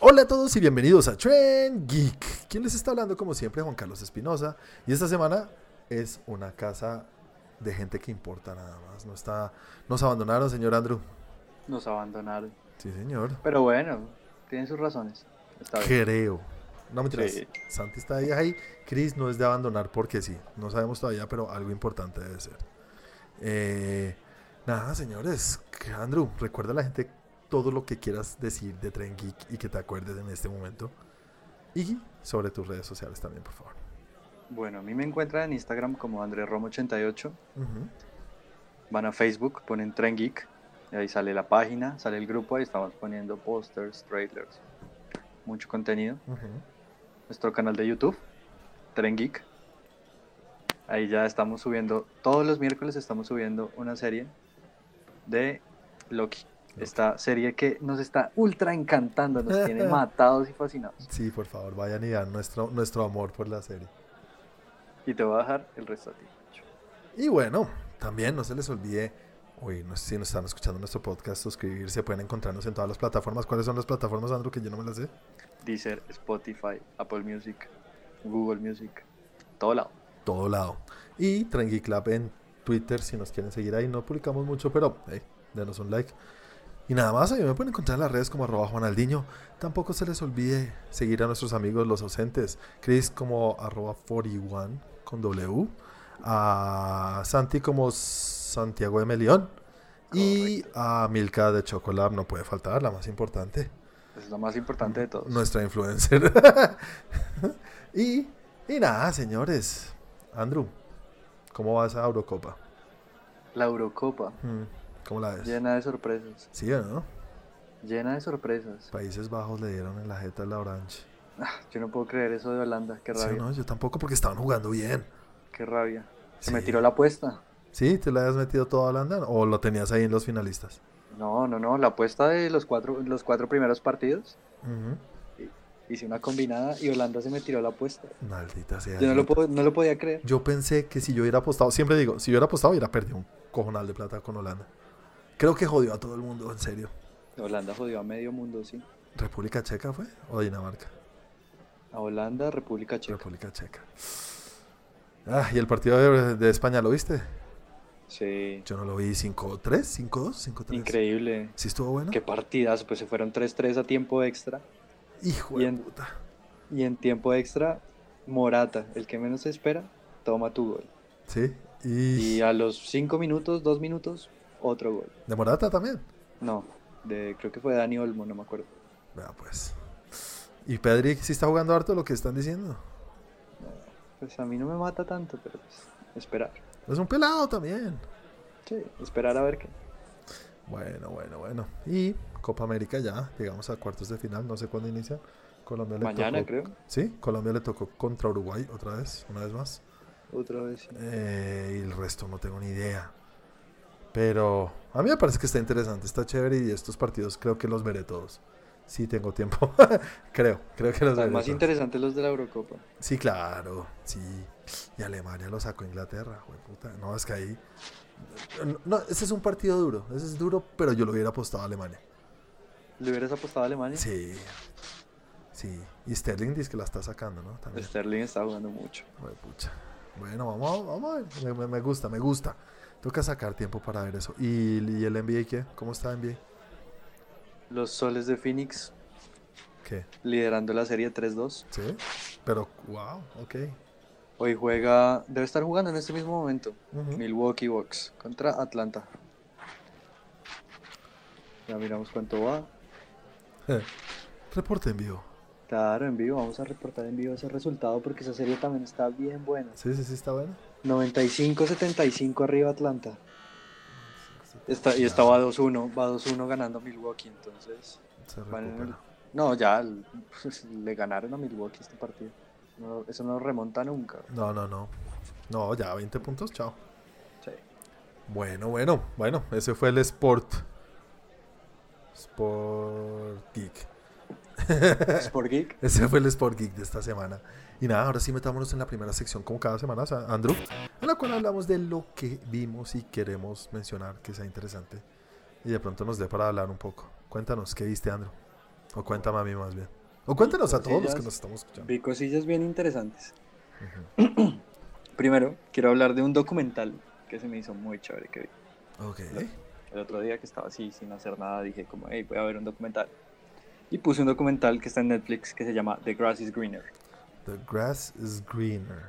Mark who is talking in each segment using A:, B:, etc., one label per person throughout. A: Hola a todos y bienvenidos a Trend Geek. ¿Quién les está hablando? Como siempre, Juan Carlos Espinosa. Y esta semana es una casa de gente que importa nada más. No está, nos abandonaron, señor Andrew.
B: Nos abandonaron.
A: Sí, señor.
B: Pero bueno, tienen sus razones. Está bien.
A: Creo. No mentiras.
B: Sí.
A: Santi está ahí, ahí. Chris no es de abandonar porque sí. No sabemos todavía, pero algo importante debe ser. Eh, nada, señores. que- Andrew, recuerda a la gente todo lo que quieras decir de Tren Geek y que te acuerdes en este momento. Y sobre tus redes sociales también, por favor.
B: Bueno, a mí me encuentran en Instagram como AndreRomo88.
A: Ujú.
B: Van a Facebook, ponen Tren Geek. y ahí sale la página, sale el grupo. Ahí estamos poniendo posters, trailers, mucho contenido.
A: Ujú.
B: Nuestro canal de YouTube, Tren Geek. Ahí ya estamos subiendo, todos los miércoles estamos subiendo una serie de Loki. Esta serie que nos está ultra encantando, nos tiene matados y fascinados.
A: Sí, por favor, vayan y dan nuestro, nuestro amor por la serie.
B: Y te voy a dejar el resto a ti. Nacho.
A: Y bueno, también no se les olvide, hoy no sé si nos están escuchando en nuestro podcast, suscribirse, pueden encontrarnos en todas las plataformas. ¿Cuáles son las plataformas, Andrew, que yo no me las sé?
B: Deezer, Spotify, Apple Music, Google Music, todo lado.
A: Todo lado. Y Trendy Club en Twitter, si nos quieren seguir ahí. No publicamos mucho, pero hey, denos un like. Y nada más, ahí me pueden encontrar en las redes como arroba Juanaldiño. Tampoco se les olvide seguir a nuestros amigos los ausentes. Chris como arroba 41 con W. A Santi como Santiago de Melión. Y a Milka de Chocolab, no puede faltar, la más importante.
B: Es lo más importante de todos.
A: Nuestra influencer. y, y nada, señores. Andrew, ¿cómo vas a Eurocopa?
B: La Eurocopa,
A: Mm, ¿Cómo la ves?
B: llena de sorpresas,
A: Sí, ¿no?
B: llena de sorpresas.
A: Países Bajos le dieron en la jeta a la Orange.
B: Ah, Yo no puedo creer eso de Holanda, qué
A: Sí,
B: rabia,
A: no, yo tampoco porque estaban jugando bien.
B: qué rabia. Se me
A: Sí.
B: tiró la apuesta.
A: ¿Sí? ¿Te la habías metido toda a Holanda o lo tenías ahí en los finalistas?
B: No, no, no, la apuesta de los cuatro, los cuatro primeros partidos.
A: Ujú.
B: Hice una combinada y Holanda se me tiró la apuesta.
A: Maldita sea.
B: Yo no lo,
A: neta.
B: puedo- no lo podía creer.
A: Yo pensé que si yo hubiera apostado, siempre digo, si yo hubiera apostado hubiera perdido un cojonal de plata con Holanda. Creo que jodió a todo el mundo, en serio.
B: Holanda jodió a medio mundo, sí.
A: ¿República Checa fue? ¿O Dinamarca?
B: A Holanda, República Checa.
A: República Checa. Ah, y el partido de, de España, ¿lo viste?
B: Sí,
A: Yo no lo vi 5-3, 5-2, 5-3.
B: increíble.
A: ¿Sí estuvo bueno?
B: Qué partidas, pues se fueron 3-3 a tiempo extra.
A: Hijo de
B: bien.
A: puta.
B: Y en tiempo extra, Morata, el que menos se espera, toma tu gol.
A: Sí. Y,
B: Y a los 5 minutos, 2 minutos, otro gol.
A: de Morata también.
B: No, de, creo que fue Dani Olmo, no me acuerdo.
A: Vea pues. Y Pedri sí está jugando harto lo que están diciendo.
B: Pues a mí no me mata tanto, pero pues, esperar.
A: Es un pelado también.
B: Sí, esperar a ver qué.
A: Bueno, bueno, bueno. Y Copa América ya, llegamos a cuartos de final, no sé cuándo inicia. Colombia le
B: Mañana,
A: tocó-
B: creo.
A: Sí, Colombia le tocó contra Uruguay otra vez, una vez más.
B: Otra vez. sí.
A: Eh, y el resto no tengo ni idea. Pero a mí me parece que está interesante, está chévere y estos partidos creo que los veré todos. Sí, tengo tiempo. creo, creo que los veré.
B: Están más
A: todos.
B: interesantes los de la Eurocopa.
A: Sí, claro, sí. Y Alemania lo sacó a Inglaterra, jueputa. No, es que ahí. No, no, ese es un partido duro, ese es duro, pero yo lo hubiera apostado a Alemania.
B: ¿Le hubieras apostado a Alemania?
A: Sí. Sí. Y Sterling dice que la está sacando, ¿no? También.
B: Sterling está jugando mucho.
A: Juepucha. Bueno, vamos a, vamos a ver. Me, me- me gusta, me gusta. Toca sacar tiempo para ver eso. ¿Y, y el NBA qué? ¿Cómo está NBA?
B: Los soles de Phoenix
A: ¿Qué?
B: liderando la serie 3-2.
A: ¿Sí? Pero, wow, ok.
B: Hoy juega, debe estar jugando en este mismo momento.
A: Ujú.
B: Milwaukee Bucks contra Atlanta. Ya miramos cuánto va.
A: Reporte en vivo.
B: Claro, en vivo, vamos a reportar en vivo ese resultado porque esa serie también está bien buena.
A: Sí, sí, sí, está bueno.
B: 95-75 arriba Atlanta. Está, y
A: Ya,
B: estaba 2-1, va 2-1 ganando Milwaukee, entonces.
A: Se
B: van en el-
A: recupera.
B: No, ya l- le ganaron a Milwaukee este partido. No, eso no remonta nunca.
A: No, no, no. No, ya, 20 puntos, chao.
B: Sí.
A: Bueno, bueno, bueno, ese fue el Sport. Sport Geek.
B: Sport Geek,
A: Ese fue el Sport Geek de esta semana. Y nada, ahora sí metámonos en la primera sección como cada semana, Sa- Andrew, en la cual hablamos de lo que vimos y queremos mencionar que sea interesante. Y de pronto nos dé para hablar un poco. Cuéntanos, ¿qué viste, Andrew? O cuéntame a mí más bien. O cuéntenos a
B: Sí,
A: todos los
B: ya
A: que
B: es-
A: nos estamos escuchando.
B: Vi cosillas bien interesantes. Primero, quiero hablar de un documental que se me hizo muy chévere que vi.
A: Ok.
B: El otro día que estaba así sin hacer nada, dije como, hey, voy a ver un documental. Y puse un documental que está en Netflix que se llama The Grass is Greener.
A: The grass is greener.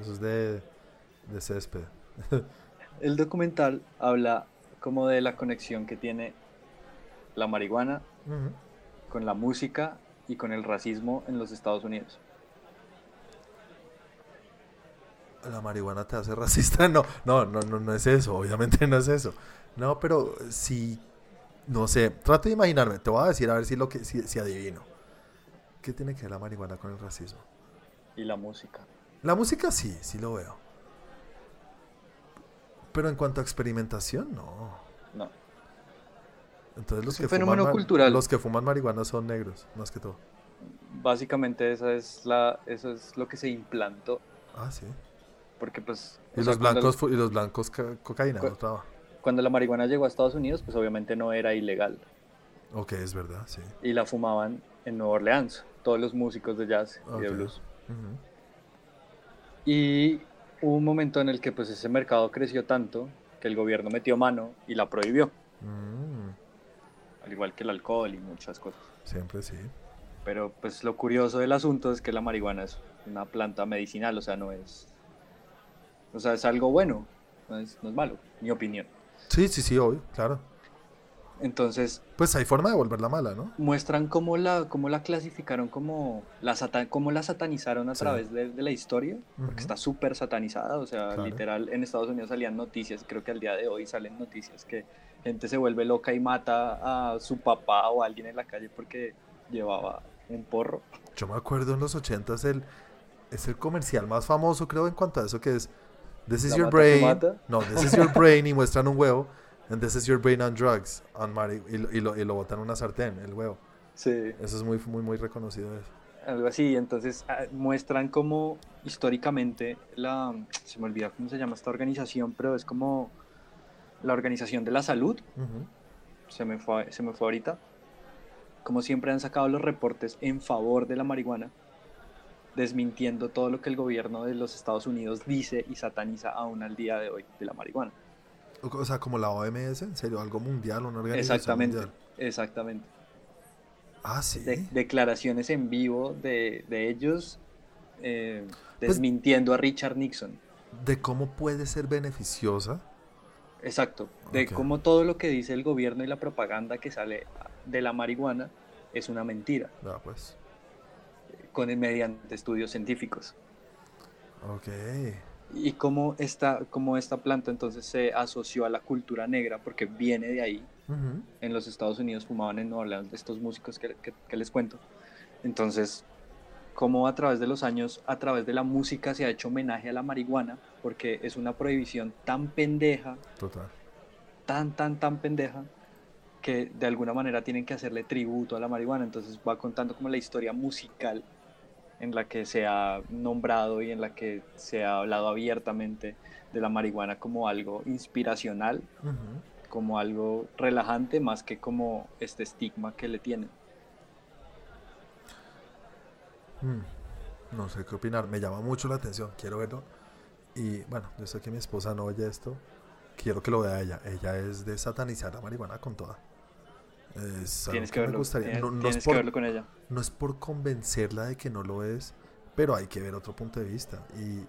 A: Eso es de, de césped.
B: El documental habla como de la conexión que tiene la marihuana
A: Ujú.
B: con la música y con el racismo en los Estados Unidos.
A: La marihuana te hace racista. No, no, no, no, no es eso. Obviamente no es eso. No, pero si. No sé. Trato de imaginarme. Te voy a decir a ver si lo que si, si adivino. ¿Qué tiene que ver la marihuana con el racismo?
B: Y la música.
A: La música sí, sí lo veo. Pero en cuanto a experimentación, no.
B: No.
A: Entonces los
B: Es
A: que
B: un fenómeno
A: fuman mar-
B: cultural.
A: Los que fuman marihuana son negros, más que todo.
B: Básicamente esa es la, eso es lo que se implantó.
A: Ah, sí.
B: Porque pues...
A: Y
B: o sea,
A: los
B: cuando-
A: blancos fu- y los blancos ca- cocaína,
B: Cu-
A: no traba.
B: cuando la marihuana llegó a Estados Unidos, pues obviamente no era ilegal.
A: Ok, es verdad, sí.
B: Y la fumaban en Nueva Orleans, todos los músicos de jazz y de
A: Ok.
B: blues.
A: Ujú.
B: Y hubo un momento en el que pues ese mercado creció tanto que el gobierno metió mano y la prohibió,
A: Mm,
B: al igual que el alcohol y muchas cosas.
A: siempre sí.
B: Pero pues lo curioso del asunto es que la marihuana es una planta medicinal, o sea, no es... O sea, es algo bueno, no es, no es malo, mi opinión.
A: Sí, sí, sí, obvio, claro.
B: Entonces,
A: Pues hay forma de volverla mala, ¿no?
B: muestran cómo la, cómo la clasificaron, cómo la, sata- cómo la satanizaron a
A: Sí.
B: través de, de la historia, porque
A: Ujú.
B: está súper satanizada, o sea,
A: Claro.
B: literal, en Estados Unidos salían noticias, creo que al día de hoy salen noticias que gente se vuelve loca y mata a su papá o a alguien en la calle porque llevaba un porro.
A: Yo me acuerdo en los 80 el, es el comercial más famoso, creo, en cuanto a eso que es This is
B: La
A: your
B: mata que
A: brain.
B: mata.
A: No, this is your brain y muestran un huevo. And this is your brain on drugs. On mari- y, lo, y, lo, y lo botan en una sartén, el huevo.
B: Sí.
A: Eso es muy, muy, muy reconocido. Eso.
B: Algo así, entonces ah, muestran como históricamente la, se me olvida cómo se llama esta organización, pero es como la Organización de la Salud,
A: Ujú.
B: se me fue, se me fue ahorita. Como siempre han sacado los reportes en favor de la marihuana, desmintiendo todo lo que el gobierno de los Estados Unidos dice y sataniza aún al día de hoy de la marihuana.
A: O, o sea, como la OMS, en serio, algo mundial, una organización
B: exactamente,
A: mundial.
B: exactamente.
A: Ah, sí.
B: De- declaraciones en vivo de, de ellos eh,
A: Pues
B: desmintiendo a Richard Nixon.
A: De cómo puede ser beneficiosa.
B: Exacto, de
A: Ok.
B: cómo todo lo que dice el gobierno y la propaganda que sale de la marihuana es una mentira,
A: Ah, pues.
B: con mediante estudios científicos.
A: Ok.
B: y cómo esta, cómo esta planta entonces se asoció a la cultura negra, porque viene de ahí.
A: Ujú.
B: En los Estados Unidos fumaban en Nueva Orleans estos músicos que, que- que les cuento. Entonces, cómo a través de los años, a través de la música se ha hecho homenaje a la marihuana, porque es una prohibición tan pendeja,
A: Total.
B: tan, tan, tan pendeja, que de alguna manera tienen que hacerle tributo a la marihuana. Entonces va contando como la historia musical en la que se ha nombrado y en la que se ha hablado abiertamente de la marihuana como algo inspiracional,
A: Ujú.
B: como algo relajante, más que como este estigma que le tienen.
A: Mm, No sé qué opinar, me llama mucho la atención, quiero verlo. Y bueno, yo sé que mi esposa no oye esto, quiero que lo vea ella. Ella es de satanizar la marihuana con toda. Es algo
B: Tienes que
A: que me
B: verlo,
A: gustaría.
B: tienes,
A: No, no
B: tienes
A: es por,
B: que verlo con ella.
A: no es por convencerla de que no lo es, pero hay que ver otro punto de vista. Y,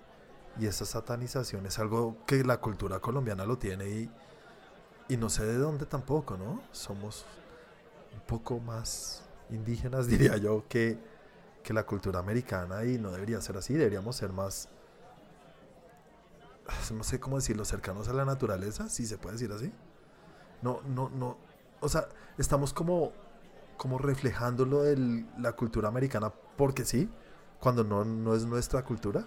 A: y esa satanización es algo que la cultura colombiana lo tiene y, y no sé de dónde tampoco, ¿no? Somos un poco más indígenas, diría yo, que, que la cultura americana y no debería ser así, deberíamos ser más, no sé cómo decirlo, cercanos a la naturaleza, si se puede decir así. No, no, no, o sea, estamos como, como reflejando lo de la cultura americana porque sí, cuando no, no es nuestra cultura.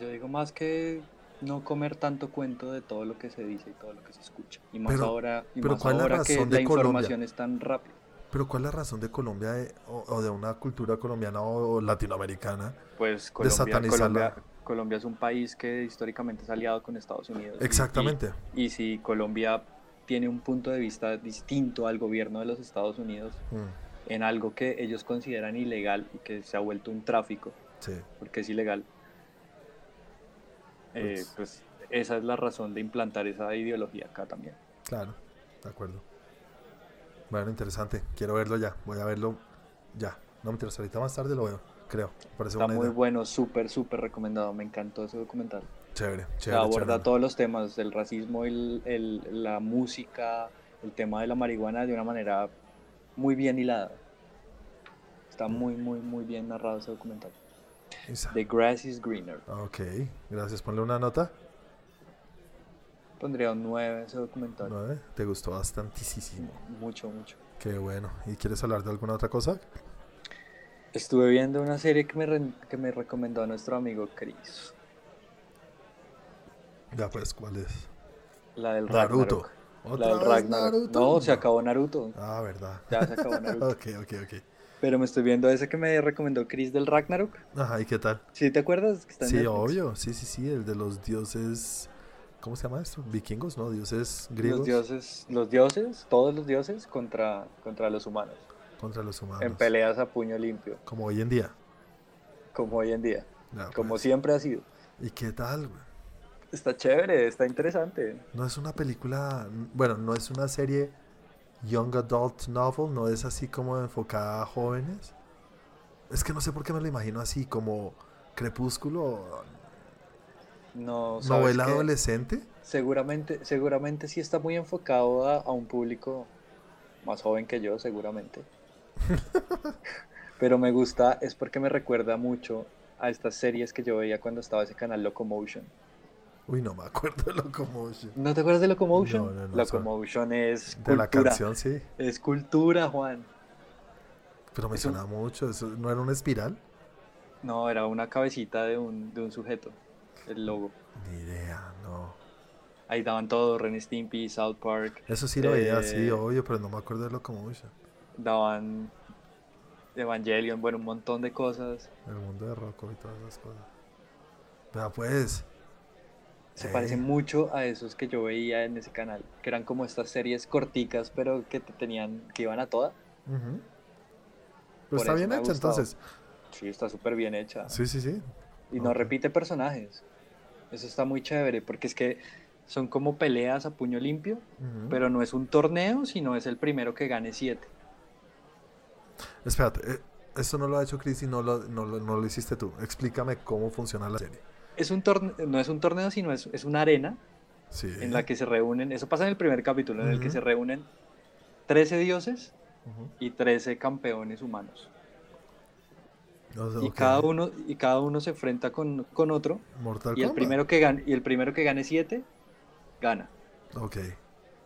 B: Yo digo más que no comer tanto cuento de todo lo que se dice y todo lo que se escucha. Y más
A: Pero-
B: ahora, y
A: pero
B: más
A: ¿cuál es la
B: ahora que
A: razón de
B: la
A: Colombia?
B: información es tan rápida.
A: Pero ¿cuál es la razón de Colombia de- o, o de una cultura colombiana o, o latinoamericana?
B: Pues
A: de
B: Colombia,
A: satanizarla.
B: Colombia, Colombia es un país que históricamente es aliado con Estados Unidos. y-
A: Exactamente.
B: Y, y si Colombia tiene un punto de vista distinto al gobierno de los Estados Unidos
A: Mm,
B: en algo que ellos consideran ilegal y que se ha vuelto un tráfico,
A: Sí.
B: porque es ilegal, eh,
A: Pues-
B: pues esa es la razón de implantar esa ideología acá también.
A: Claro, de acuerdo. Bueno, interesante. Quiero verlo ya. Voy a verlo ya. No me interesa. Ahorita más tarde lo veo, creo. Me parece
B: Está
A: buena
B: muy
A: idea.
B: bueno, súper, súper recomendado. Me encantó ese documental.
A: Chévere,
B: O sea,
A: chévere.
B: aborda
A: chévere.
B: todos los temas, el racismo, el, el- la música, el tema de la marihuana de una manera muy bien hilada. Está
A: Mm.
B: muy, muy, muy bien narrado ese documental.
A: Isa.
B: The Grass is Greener.
A: Ok, gracias. Ponle una nota.
B: Pondría un 9 ese documental.
A: Nueve. Te gustó bastantísimo.
B: Mucho, mucho.
A: Qué bueno. ¿Y quieres hablar de alguna otra cosa?
B: Estuve viendo una serie que me, re- que me recomendó nuestro amigo Chris.
A: Ya pues, ¿cuál es?
B: La del
A: Naruto.
B: Ragnarok. La del Ragnarok. No, se acabó Naruto.
A: Ah, verdad.
B: Ya se acabó Naruto.
A: ok, ok, ok.
B: Pero me estoy viendo esa que me recomendó Chris del Ragnarok.
A: Ajá, ¿y qué tal?
B: ¿Sí te acuerdas? Que está en
A: Sí,
B: Netflix.
A: obvio. Sí, sí, sí. El de los dioses. ¿Cómo se llama esto? ¿Vikingos? No, dioses griegos.
B: Los dioses, los dioses, todos los dioses contra, contra los humanos.
A: Contra los humanos.
B: En peleas a puño limpio,
A: Como hoy en día.
B: como hoy en día.
A: Ya,
B: Como
A: pues.
B: siempre ha sido.
A: ¿Y qué tal, güey?
B: Está chévere, está interesante.
A: No es una película, bueno, no es una serie Young Adult Novel, no es así como enfocada a jóvenes. Es que no sé por qué me lo imagino así, como Crepúsculo,
B: No, ¿sabes
A: novela
B: qué?
A: adolescente.
B: Seguramente, seguramente sí está muy enfocado a, a un público más joven que yo, seguramente. Pero me gusta, es porque me recuerda mucho a estas series que yo veía cuando estaba ese canal Locomotion.
A: Uy, no me acuerdo de Locomotion.
B: ¿No te acuerdas de Locomotion?
A: No, no, no,
B: Locomotion es
A: De la
B: cultura.
A: canción, sí.
B: Es cultura, Juan.
A: Pero me
B: Es un-
A: sonaba mucho, eso no era una espiral.
B: No, era una cabecita de un, de un sujeto, el logo.
A: Ni idea, no.
B: Ahí daban todo, Ren y Stimpy, South Park,
A: Eso sí lo veía, sí,
B: Eh.
A: obvio, pero no me acuerdo de Locomotion.
B: daban Evangelion, bueno, un montón de cosas.
A: El mundo de Rocco y todas esas cosas. Vea pues,
B: Se
A: Eh.
B: parecen mucho a esos que yo veía en ese canal, que eran como estas series corticas, pero que te tenían, que iban a toda.
A: Ujú.
B: Por
A: Pero está
B: eso
A: bien
B: me ha
A: hecho
B: gustado.
A: entonces.
B: Sí, está súper bien hecha.
A: Sí, sí, sí.
B: Y no
A: ok.
B: repite personajes. Eso está muy chévere, porque es que son como peleas a puño limpio,
A: Ujú.
B: pero no es un torneo, sino es el primero que gane siete.
A: Espérate, eh, esto no lo ha hecho Chris y no lo, no, lo- no lo hiciste tú. Explícame cómo funciona la serie.
B: Es un torneo, no es un torneo, sino es, es una arena
A: Sí.
B: en la que se reúnen, eso pasa en el primer capítulo, en el que
A: Ujú.
B: se reúnen 13 dioses
A: Ujú.
B: y 13 campeones humanos.
A: O sea,
B: Y,
A: ok.
B: cada uno, y cada uno se enfrenta con, con otro
A: Mortal
B: y el,
A: Kombat.
B: primero que gane, y el primero que gane 7 gana.
A: Ok,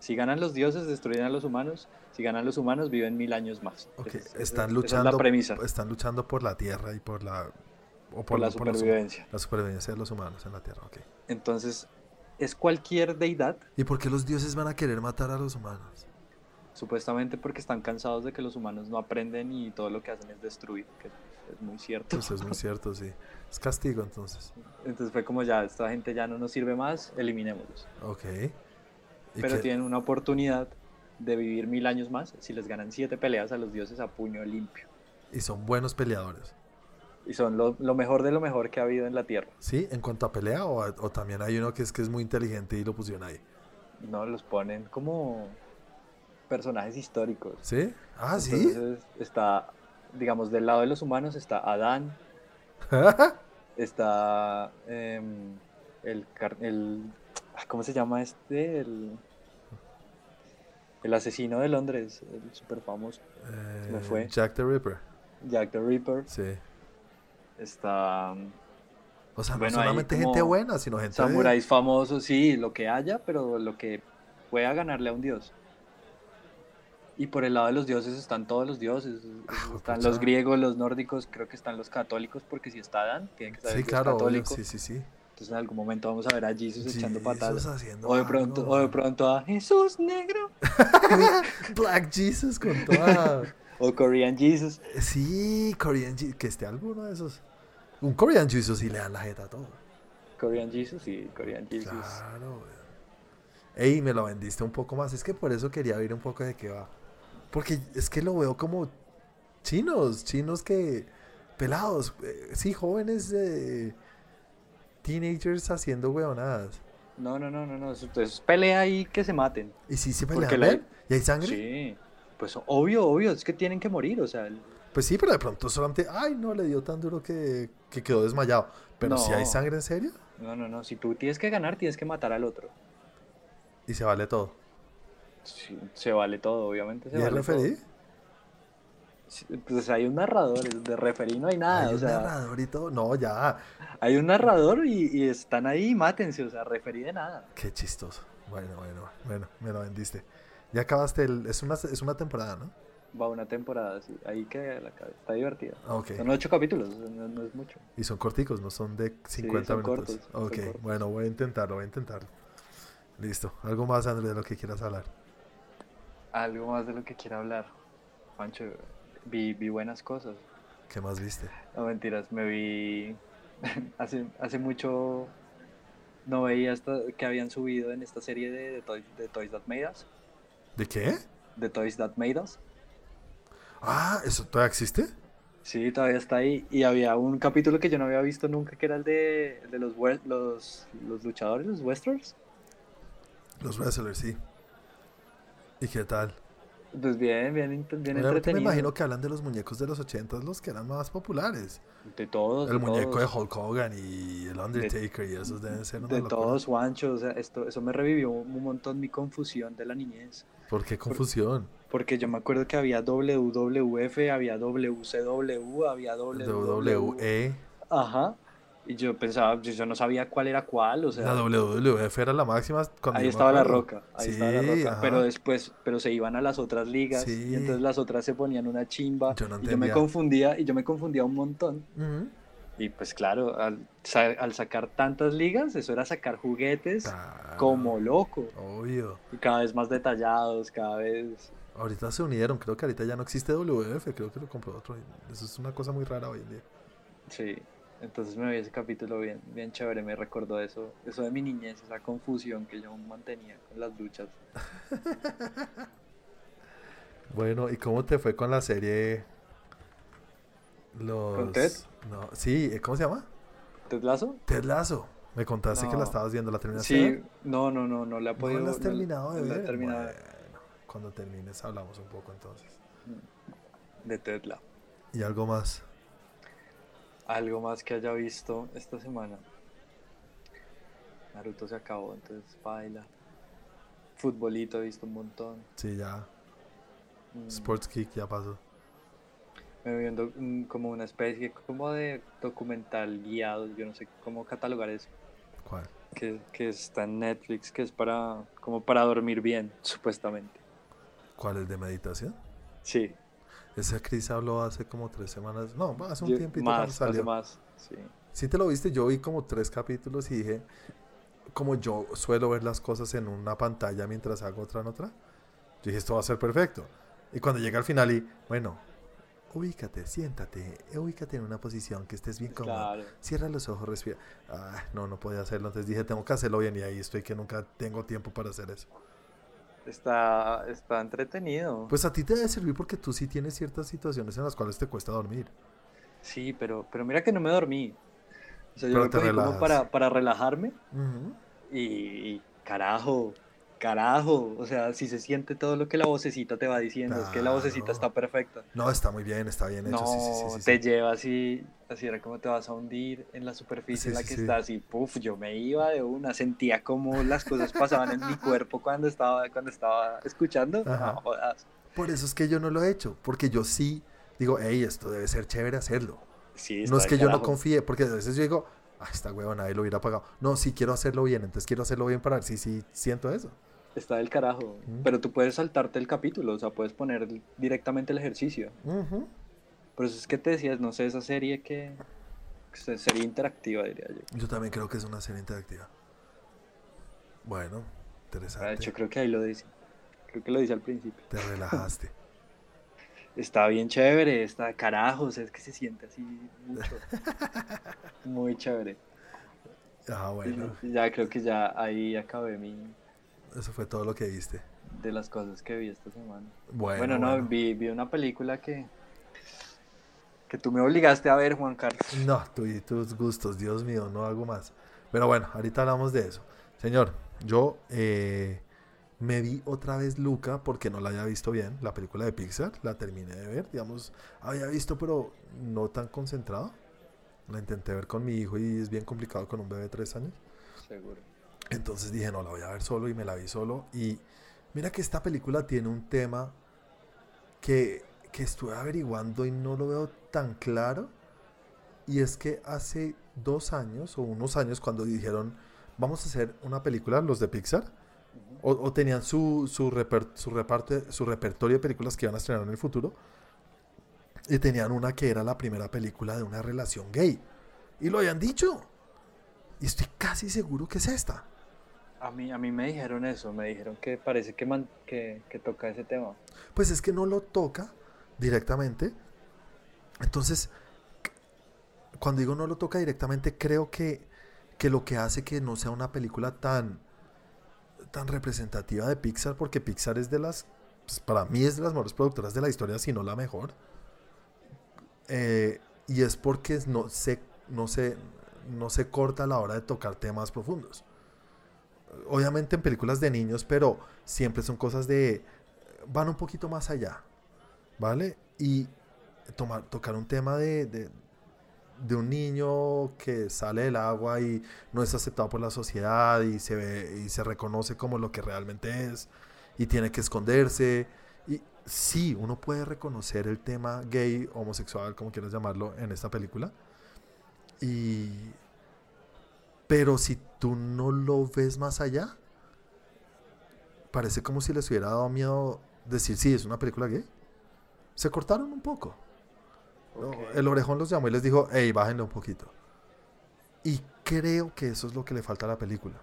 B: Si ganan los dioses, destruyen a los humanos. Si ganan los humanos, viven mil años más.
A: ok.
B: Esa es- esa-
A: Están
B: esa
A: luchando.
B: es la premisa
A: Están luchando por la tierra y por la. O por,
B: por la
A: por los hum-
B: supervivencia.
A: la supervivencia de los humanos en la tierra, ok.
B: Entonces, es cualquier deidad,
A: ¿Y por qué los dioses van a querer matar a los humanos?
B: supuestamente porque están cansados de que los humanos no aprenden y todo lo que hacen es destruir, que es muy cierto.
A: Eso Pues es muy cierto, sí. Es castigo entonces.
B: Entonces fue como ya, esta gente ya no nos sirve más, eliminémoslos.
A: Ok. ¿Y
B: Pero
A: qué-
B: tienen una oportunidad de vivir mil años más si les ganan siete peleas a los dioses a puño limpio.
A: y son buenos peleadores.
B: Y son lo, lo mejor de lo mejor que ha habido en la Tierra.
A: ¿Sí? ¿En cuanto a pelea? O, a- o también hay uno que es que es muy inteligente y lo pusieron ahí?
B: No los ponen como personajes históricos.
A: ¿Sí? Ah, sí.
B: Entonces está, digamos, del lado de los humanos está Adán, eh, está em, el, car- el- ah, ¿cómo se llama este? El, el asesino de Londres, el super famoso
A: Eh,
B: fue.
A: Jack the Ripper.
B: Jack the Ripper,
A: Sí.
B: está um,
A: O sea,
B: Bueno,
A: no
B: ahí
A: solamente
B: como
A: gente buena, sino gente.
B: samuráis famosos, sí, lo que haya, pero lo que pueda ganarle a un dios. Y por el lado de los dioses están todos los dioses,
A: Ah,
B: están los
A: juepucha.
B: griegos, los nórdicos, creo que están los católicos, porque si está Dan, tiene que estar
A: Sí,
B: el dios
A: claro, obvio,
B: católico.
A: sí, sí, sí.
B: Entonces en algún momento vamos a ver a Jesus echando
A: Jesus ah,
B: patadas.
A: haciendo
B: O de pronto,
A: algo.
B: o de pronto a Jesús negro.
A: Black Jesus con toda.
B: O Korean Jesus.
A: sí, Korean Jesus. Que esté alguno de esos. Un Korean Jesus y le dan la jeta a todo.
B: Korean Jesus y Korean Jesus.
A: Claro, weón. Ey, me lo vendiste un poco más. Es que por eso quería oír un poco de qué va. Porque es que lo veo como chinos, chinos que pelados, eh, sí, jóvenes eh, teenagers haciendo huevonadas.
B: No, no, no, no, no. Eso, eso es pelea ahí que se maten.
A: Y sí se
B: Porque
A: pelean,
B: la-
A: ¿ven? ¿Y hay sangre?
B: Sí. Pues obvio, obvio, es que tienen que morir, o sea, el-
A: Pues sí, pero de pronto solamente, ay, no, le dio tan duro que, que quedó desmayado. Pero si hay
B: No.
A: sangre en serio,
B: no, no, no, si tú tienes que ganar, tienes que matar al otro.
A: y se vale todo.
B: Sí, se vale todo, obviamente
A: ¿Y
B: se
A: el
B: vale todo.
A: referí?
B: Sí, Pues hay un narrador, el de referí no hay nada,
A: Hay
B: Ah, o
A: un
B: sea,
A: narrador y todo. No, ya,
B: hay un narrador y, y están ahí, mátense, o sea, referí de nada.
A: qué chistoso. Bueno, bueno, bueno, me lo vendiste. Ya acabaste el. Es una, es una temporada, ¿no?
B: Va una temporada, sí, ahí queda la cabeza, está divertida.
A: Ah, Ok.
B: Son ocho capítulos, o sea, no, no es mucho.
A: Y son corticos, no son de 50
B: son
A: minutos.
B: cortos, son
A: ok,
B: cortos.
A: bueno, voy a intentarlo, voy a intentarlo. Listo. ¿Algo más, Andrés, de lo que quieras hablar?
B: Algo más de lo que quiera hablar. Pancho, vi, vi buenas cosas.
A: ¿Qué más viste?
B: No mentiras, me vi hace, hace mucho no veía esta- que habían subido en esta serie de, de, Toy- de Toys That Made Us,
A: ¿De qué?
B: de Toys That Made Us.
A: Ah, ¿eso todavía existe?
B: Sí, todavía está ahí. Y había un capítulo que yo no había visto nunca, que era el de, el de los, wes- los, los luchadores, los Westerns.
A: Los wrestlers, sí. ¿Y qué tal?
B: Pues bien, bien, int- bien
A: Obviamente me
B: entretenido.
A: imagino que hablan de los muñecos de los 80, los que eran más populares.
B: De todos,
A: El
B: de
A: muñeco
B: todos,
A: de Hulk Hogan y el Undertaker y esos deben ser una
B: De
A: locura.
B: todos, Juancho. O sea, esto, eso me revivió un montón mi confusión de la niñez.
A: ¿Por qué confusión?
B: Porque yo me acuerdo que había WWF, había WCW, había WWE.
A: WWE.
B: Ajá. Y yo pensaba, yo, yo no sabía cuál era cuál, o sea,
A: la WWF era la máxima cuando
B: ahí
A: yo me
B: estaba la
A: acuerdo.
B: roca, ahí
A: Sí,
B: estaba la roca.
A: ajá.
B: Pero después, pero se iban a las otras ligas,
A: Sí.
B: y entonces las otras se ponían una chimba,
A: Yo no
B: y yo me
A: entendía.
B: confundía, y yo me confundía un montón.
A: Ujú.
B: Y pues claro, al, sa- al sacar tantas ligas, eso era sacar juguetes
A: Claro,
B: como loco,
A: Obvio.
B: y cada vez más detallados, cada vez...
A: Ahorita se unieron, creo que ahorita ya no existe WWF, creo que lo compró otro. Eso es una cosa muy rara hoy en día.
B: Sí, entonces me vi ese capítulo bien, bien chévere, me recordó eso, eso de mi niñez, esa confusión que yo mantenía con las duchas.
A: Bueno, ¿y cómo te fue con la serie? Los...
B: Ted?
A: No, sí, ¿eh, ¿cómo se llama?
B: ¿Ted Lasso?
A: Ted Lazo. Me contaste que la
B: No.
A: estabas viendo, ¿la terminaste? de ver?
B: Sí, no, no, no, no la he podido.
A: ¿No la has
B: no-
A: terminado de
B: no la he
A: ver?
B: terminado de-
A: Bueno, cuando termines hablamos un poco entonces.
B: de Ted Lasso.
A: Y algo más.
B: Algo más que haya visto esta semana. Naruto se acabó, entonces baila. Futbolito he visto un montón.
A: Sí, ya.
B: Mm,
A: Sports Kick ya pasó.
B: Me vi un doc- un- como una especie como de documental guiado, yo no sé cómo catalogar eso.
A: ¿Cuál?
B: que, que está en Netflix, que es para como para dormir bien, supuestamente.
A: ¿Cuál el de meditación?
B: Sí,
A: Ese Chris habló hace como tres semanas. No, hace un
B: yo-
A: tiempito cuando
B: más, hace
A: salió.
B: más. Sí.
A: Sí te lo viste, yo vi como tres capítulos y dije, como yo suelo ver las cosas en una pantalla mientras hago otra en otra, yo dije, esto va a ser perfecto. Y cuando llega al final y, bueno, ubícate, siéntate, ubícate en una posición que estés bien cómodo.
B: Claro.
A: Cierra los ojos, respira. Ah, no, no podía hacerlo. Entonces dije, tengo que hacerlo bien y ahí estoy que nunca tengo tiempo para hacer eso.
B: Está, está entretenido.
A: Pues a ti te debe servir porque tú sí tienes ciertas situaciones en las cuales te cuesta dormir.
B: sí, pero, pero mira que no me dormí. O sea, yo
A: Pero
B: lo
A: te
B: cogí como
A: relajas.
B: para, para relajarme y, y carajo, carajo. O sea, si se siente todo lo que la vocecita te va diciendo, es que la vocecita
A: Claro.
B: está perfecta.
A: No, está muy bien, está bien hecho.
B: No,
A: sí, sí, sí, sí, sí.
B: te lleva así, así era como te vas a hundir en la superficie
A: Sí,
B: en la
A: sí,
B: que
A: sí.
B: estás y puff, yo me iba de una, sentía como las cosas pasaban en mi cuerpo cuando estaba, cuando estaba escuchando.
A: Ajá.
B: No, jodas.
A: Por eso es que yo no lo he hecho, porque yo sí digo, hey, esto debe ser chévere hacerlo.
B: Sí,
A: No
B: está
A: es
B: del
A: que yo no
B: carajo.
A: confíe, porque a veces yo digo, ah, esta hueva nadie lo hubiera pagado. No, sí quiero hacerlo bien, entonces quiero hacerlo bien para ver si sí siento eso.
B: Está del carajo.
A: Mm.
B: Pero tú puedes saltarte el capítulo, o sea, puedes poner directamente el ejercicio.
A: Ujú.
B: Por eso es que te decías, no sé, esa serie que, que se- sería interactiva, diría yo.
A: Yo también creo que es una serie interactiva. Bueno,
B: De
A: interesante.
B: hecho, creo que ahí lo dice. Creo que lo dice al principio.
A: Te relajaste.
B: Está bien chévere, está carajos, es que se siente así mucho. Muy chévere.
A: Ah, bueno,
B: Y Ya creo que ya ahí acabé mi
A: eso fue todo lo que viste.
B: de las cosas que vi esta semana.
A: Bueno,
B: Bueno, no,
A: bueno.
B: Vi, vi una película que que tú me obligaste a ver, Juan Carlos.
A: No, tú y tus gustos, Dios mío, no hago más. Pero bueno, ahorita hablamos de eso. Señor, yo eh, me vi otra vez Luca porque no la había visto bien, la película de Pixar, la terminé de ver, digamos, había visto pero no tan concentrado. La intenté ver con mi hijo y es bien complicado con un bebé de tres años.
B: Seguro.
A: Entonces dije, no, la voy a ver solo y me la vi solo. Y mira que esta película tiene un tema que, que estuve averiguando y no lo veo tan claro. Y es que hace dos años o unos años cuando dijeron, vamos a hacer una película, los de Pixar, o, o tenían su, su, reper- su, reparte- su repertorio de películas que iban a estrenar en el futuro, y tenían una que era la primera película de una relación gay. Y lo habían dicho. Y estoy casi seguro que es esta.
B: A mí, a mí me dijeron eso, me dijeron que parece que, man- que, que toca ese tema.
A: Pues es que no lo toca directamente. Entonces, c- cuando digo no lo toca directamente, creo que, que lo que hace que no sea una película tan, tan representativa de Pixar, porque Pixar es de las, pues, para mí es de las mejores productoras de la historia, si no la mejor. Eh, y es porque no se, no, se, no se corta a la hora de tocar temas profundos. Obviamente en películas de niños, pero siempre son cosas de... van un poquito más allá, ¿vale? Y tomar, tocar un tema de, de, de un niño que sale del agua y no es aceptado por la sociedad y se, ve, y se reconoce como lo que realmente es y tiene que esconderse. Y sí, uno puede reconocer el tema gay, homosexual, como quieras llamarlo, en esta película. Y... Pero si tú no lo ves más allá, parece como si les hubiera dado miedo decir, sí, es una película gay. Se cortaron un poco. No,
B: Ok.
A: El orejón los llamó y les dijo, hey, bájenle un poquito. Y creo que eso es lo que le falta a la película.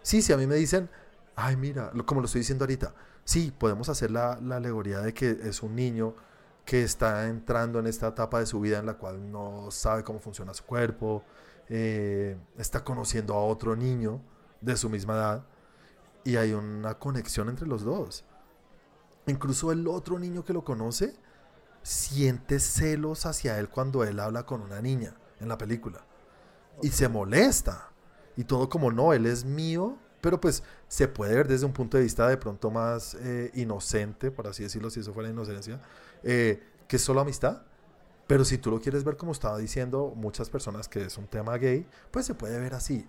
A: Sí, si a mí me dicen, ay, mira, lo- como lo estoy diciendo ahorita, sí, podemos hacer la, la alegoría de que es un niño que está entrando en esta etapa de su vida en la cual no sabe cómo funciona su cuerpo, eh, está conociendo a otro niño de su misma edad y hay una conexión entre los dos. Incluso el otro niño que lo conoce siente celos hacia él cuando él habla con una niña en la película. Y se molesta. Y todo como no, él es mío. Pero pues se puede ver desde un punto de vista de pronto más eh, inocente, por así decirlo, si eso fuera inocencia, eh, que es solo amistad. Pero si tú lo quieres ver como estaba diciendo muchas personas que es un tema gay, pues se puede ver así.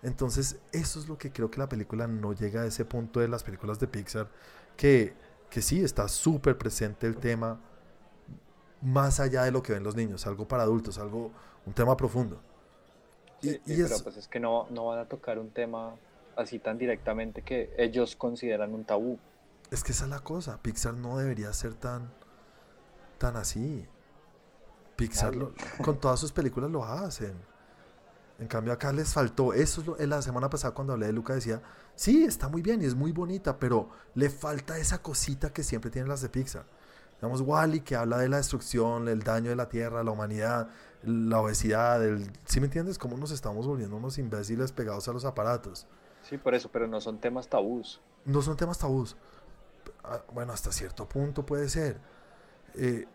A: Entonces eso es lo que creo que la película no llega a ese punto de las películas de Pixar, que, que sí está súper presente el tema, más allá de lo que ven los niños, algo para adultos, algo, un tema profundo. Y,
B: Sí,
A: y
B: sí,
A: es,
B: Pero pues es que no, no van a tocar un tema así tan directamente que ellos consideran un tabú.
A: es que esa es la cosa, Pixar no debería ser tan, tan así. Pixar
B: Claro.
A: lo- con todas sus películas lo hacen. En cambio acá les faltó, eso es lo- en la semana pasada cuando hablé de Luca decía, sí, está muy bien y es muy bonita, pero le falta esa cosita que siempre tienen las de Pixar. Digamos, Wally que habla de la destrucción, el daño de la tierra, la humanidad, la obesidad, el... ¿Sí me entiendes? Cómo nos estamos volviendo unos imbéciles pegados a los aparatos.
B: Sí, por eso, pero no son temas tabús.
A: no son temas tabús. Ah, Bueno, hasta cierto punto puede ser. Eh,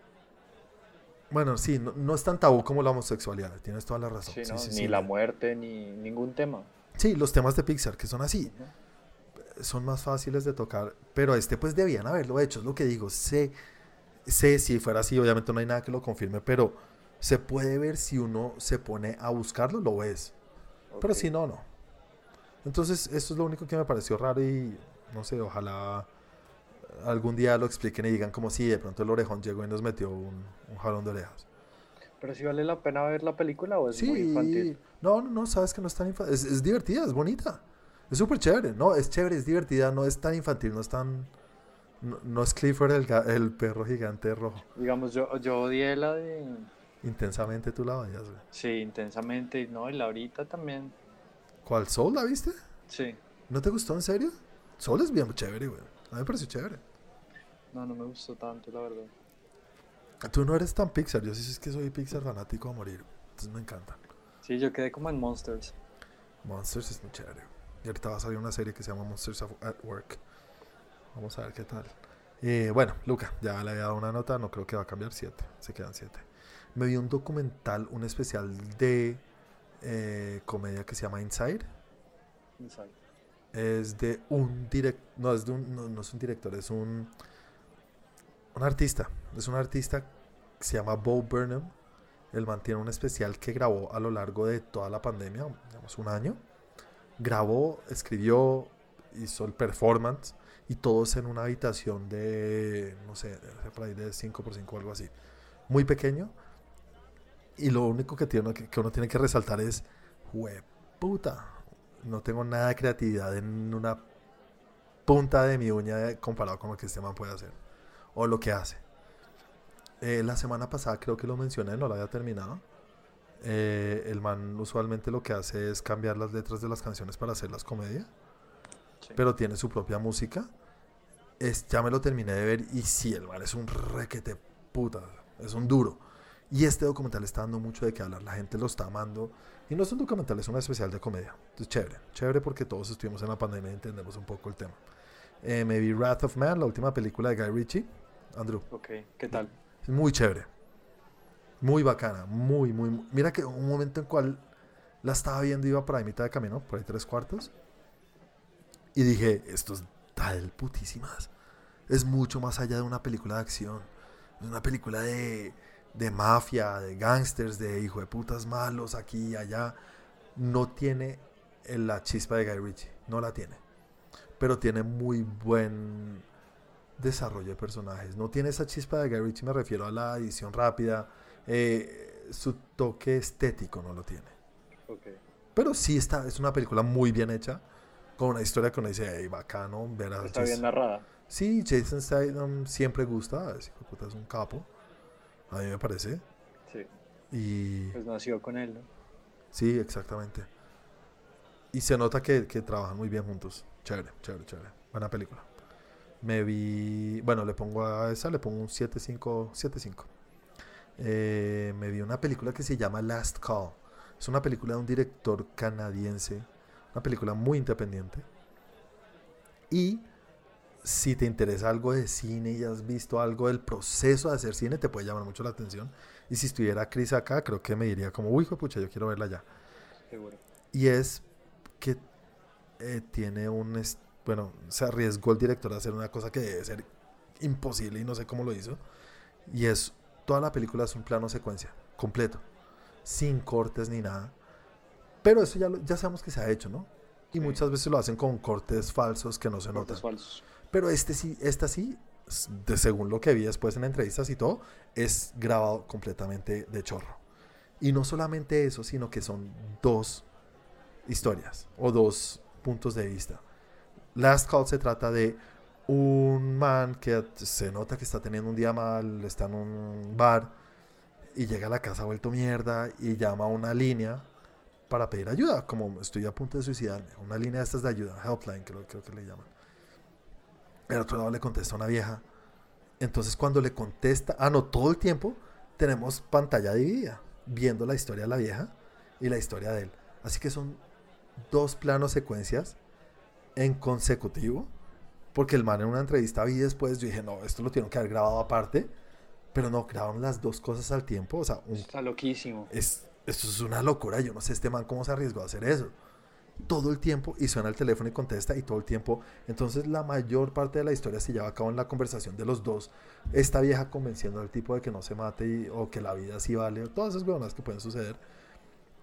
A: bueno, sí, no, no es tan tabú como la homosexualidad, tienes toda la razón.
B: Sí,
A: Sí,
B: ¿no?
A: sí,
B: ni
A: sí.
B: la muerte, ni ningún tema.
A: Sí, los temas de Pixar, que son así,
B: Ujú.
A: son más fáciles de tocar, pero a este pues debían haberlo hecho, es lo que digo. Sé, sé si fuera así, obviamente no hay nada que lo confirme, pero se puede ver si uno se pone a buscarlo, lo ves. Pero
B: Ok.
A: si no, no. Entonces, eso es lo único que me pareció raro y no sé, ojalá algún día lo expliquen y digan como si de pronto el orejón llegó y nos metió un, un jalón de orejas.
B: Pero si vale la pena ver la película o es muy
A: Sí,
B: infantil.
A: no, no, no, sabes que no es tan infantil. Es, es divertida, es bonita. Es súper chévere, no, es chévere, es divertida, no es tan infantil, no es tan... No, no es Clifford el, ga- el perro gigante rojo.
B: Digamos, yo, yo odié la de.
A: Intensamente tú la vayas, güey.
B: Sí, intensamente. y No, y la ahorita también.
A: ¿Cuál? ¿Soul la viste?
B: Sí,
A: ¿No te gustó en serio? Soul es bien chévere, güey. A mí me pareció chévere.
B: no, no me gustó tanto, la verdad.
A: Tú no eres tan Pixar, yo sí es que soy Pixar fanático a morir. Entonces me encanta.
B: Sí, yo quedé como en Monsters.
A: Monsters es muy chévere. Y ahorita va a salir una serie que se llama Monsters of- at Work. Vamos a ver qué tal. Eh, bueno, Luca, ya le había dado una nota, no creo que va a cambiar 7. Se quedan 7. Me vi un documental, un especial de eh, comedia que se llama Inside.
B: Inside.
A: Es de un direct, no es de un, no, no es un director, es un un artista, es un artista que se llama Bo Burnham. Él mantiene un especial que grabó a lo largo de toda la pandemia, digamos un año. Grabó, escribió, hizo el performance y todos en una habitación de, no sé, por ahí de 5x5 o algo así. Muy pequeño. Y lo único que, tiene, que uno tiene que resaltar es, puta, no tengo nada de creatividad en una punta de mi uña comparado con lo que este man puede hacer o lo que hace. Eh, la semana pasada creo que lo mencioné, no lo había terminado. Eh, el man usualmente lo que hace es cambiar las letras de las canciones para hacerlas comedia,
B: Sí.
A: pero tiene su propia música. Es, ya me lo terminé de ver y sí, el man es un requete puta, es un duro. Y este documental está dando mucho de qué hablar, la gente lo está amando. Y no es un documental, es una especial de comedia. Entonces, chévere, chévere porque todos estuvimos en la pandemia y entendemos un poco el tema. Eh, me vi Wrath of Man, la última película de Guy Ritchie. Andrew,
B: Ok, ¿qué tal?
A: es muy chévere. Muy bacana, muy, muy. mu- Mira que un momento en cual la estaba viendo, iba para ahí mitad de camino, por ahí tres cuartos. Y dije, esto es tal putísimas. Es mucho más allá de una película de acción. Es una película de, de mafia, de gangsters, de hijo de putas malos aquí y allá. No tiene eh, la chispa de Guy Ritchie, no la tiene. Pero tiene muy buen desarrollo de personajes. No tiene esa chispa de Guy Ritchie, me refiero a la edición rápida. eh, su toque estético no lo tiene.
B: Ok.
A: Pero sí está, es una película muy bien hecha. Con una historia que uno dice, "Ey, bacano, ver a
B: Está
A: Jason".
B: bien narrada.
A: Sí, Jason Statham siempre gusta. ese hijo de puta es un capo. A mí me parece.
B: Sí,
A: Y
B: pues nació con él, ¿no?
A: sí, exactamente. Y se nota que, que trabajan muy bien juntos. Chévere, chévere, chévere. Buena película. Me vi. Bueno, le pongo a esa, le pongo un 7-5. 7-5. Eh, me vi una película que se llama Last Call. Es una película de un director canadiense. Una película muy independiente. Y si te interesa algo de cine y has visto algo del proceso de hacer cine, te puede llamar mucho la atención. Y si estuviera Chris acá, creo que me diría como, uy, hijo de pucha, yo quiero verla ya.
B: Seguro.
A: Y es que eh, tiene un... es- Bueno, se arriesgó el director a hacer una cosa que debe ser imposible y no sé cómo lo hizo. Y es... Toda la película es un plano secuencia, completo. Sin cortes ni nada. Pero eso ya, lo- ya sabemos que se ha hecho, ¿no? Y
B: Sí.
A: muchas veces lo hacen con cortes falsos que no se notan.
B: Cortes falsos.
A: Pero este sí, esta sí, s- de según lo que vi después en entrevistas y todo, es grabado completamente de chorro. Y no solamente eso, sino que son dos historias o dos puntos de vista. Last Call se trata de un man que at- se nota que está teniendo un día mal, está en un bar y llega a la casa vuelto mierda y llama a una línea para pedir ayuda, como estoy a punto de suicidarme. Una línea de estas de ayuda, helpline creo, creo que le llaman. El otro lado le contesta una vieja. Entonces cuando le contesta, ah, no, todo el tiempo tenemos pantalla dividida, viendo la historia de la vieja y la historia de él. Así que son dos planos secuencias en consecutivo, porque el man en una entrevista vi después, yo dije, no, esto lo tienen que haber grabado aparte, pero no, grabaron las dos cosas al tiempo, o sea, un
B: Está loquísimo.
A: es, esto es una locura. Yo no sé este man cómo se arriesgó a hacer eso. Todo el tiempo, y suena el teléfono y contesta, y todo el tiempo. Entonces, la mayor parte de la historia se lleva a cabo en la conversación de los dos. Esta vieja convenciendo al tipo de que no se mate y- o que la vida sí vale, o todas esas huevonas que pueden suceder.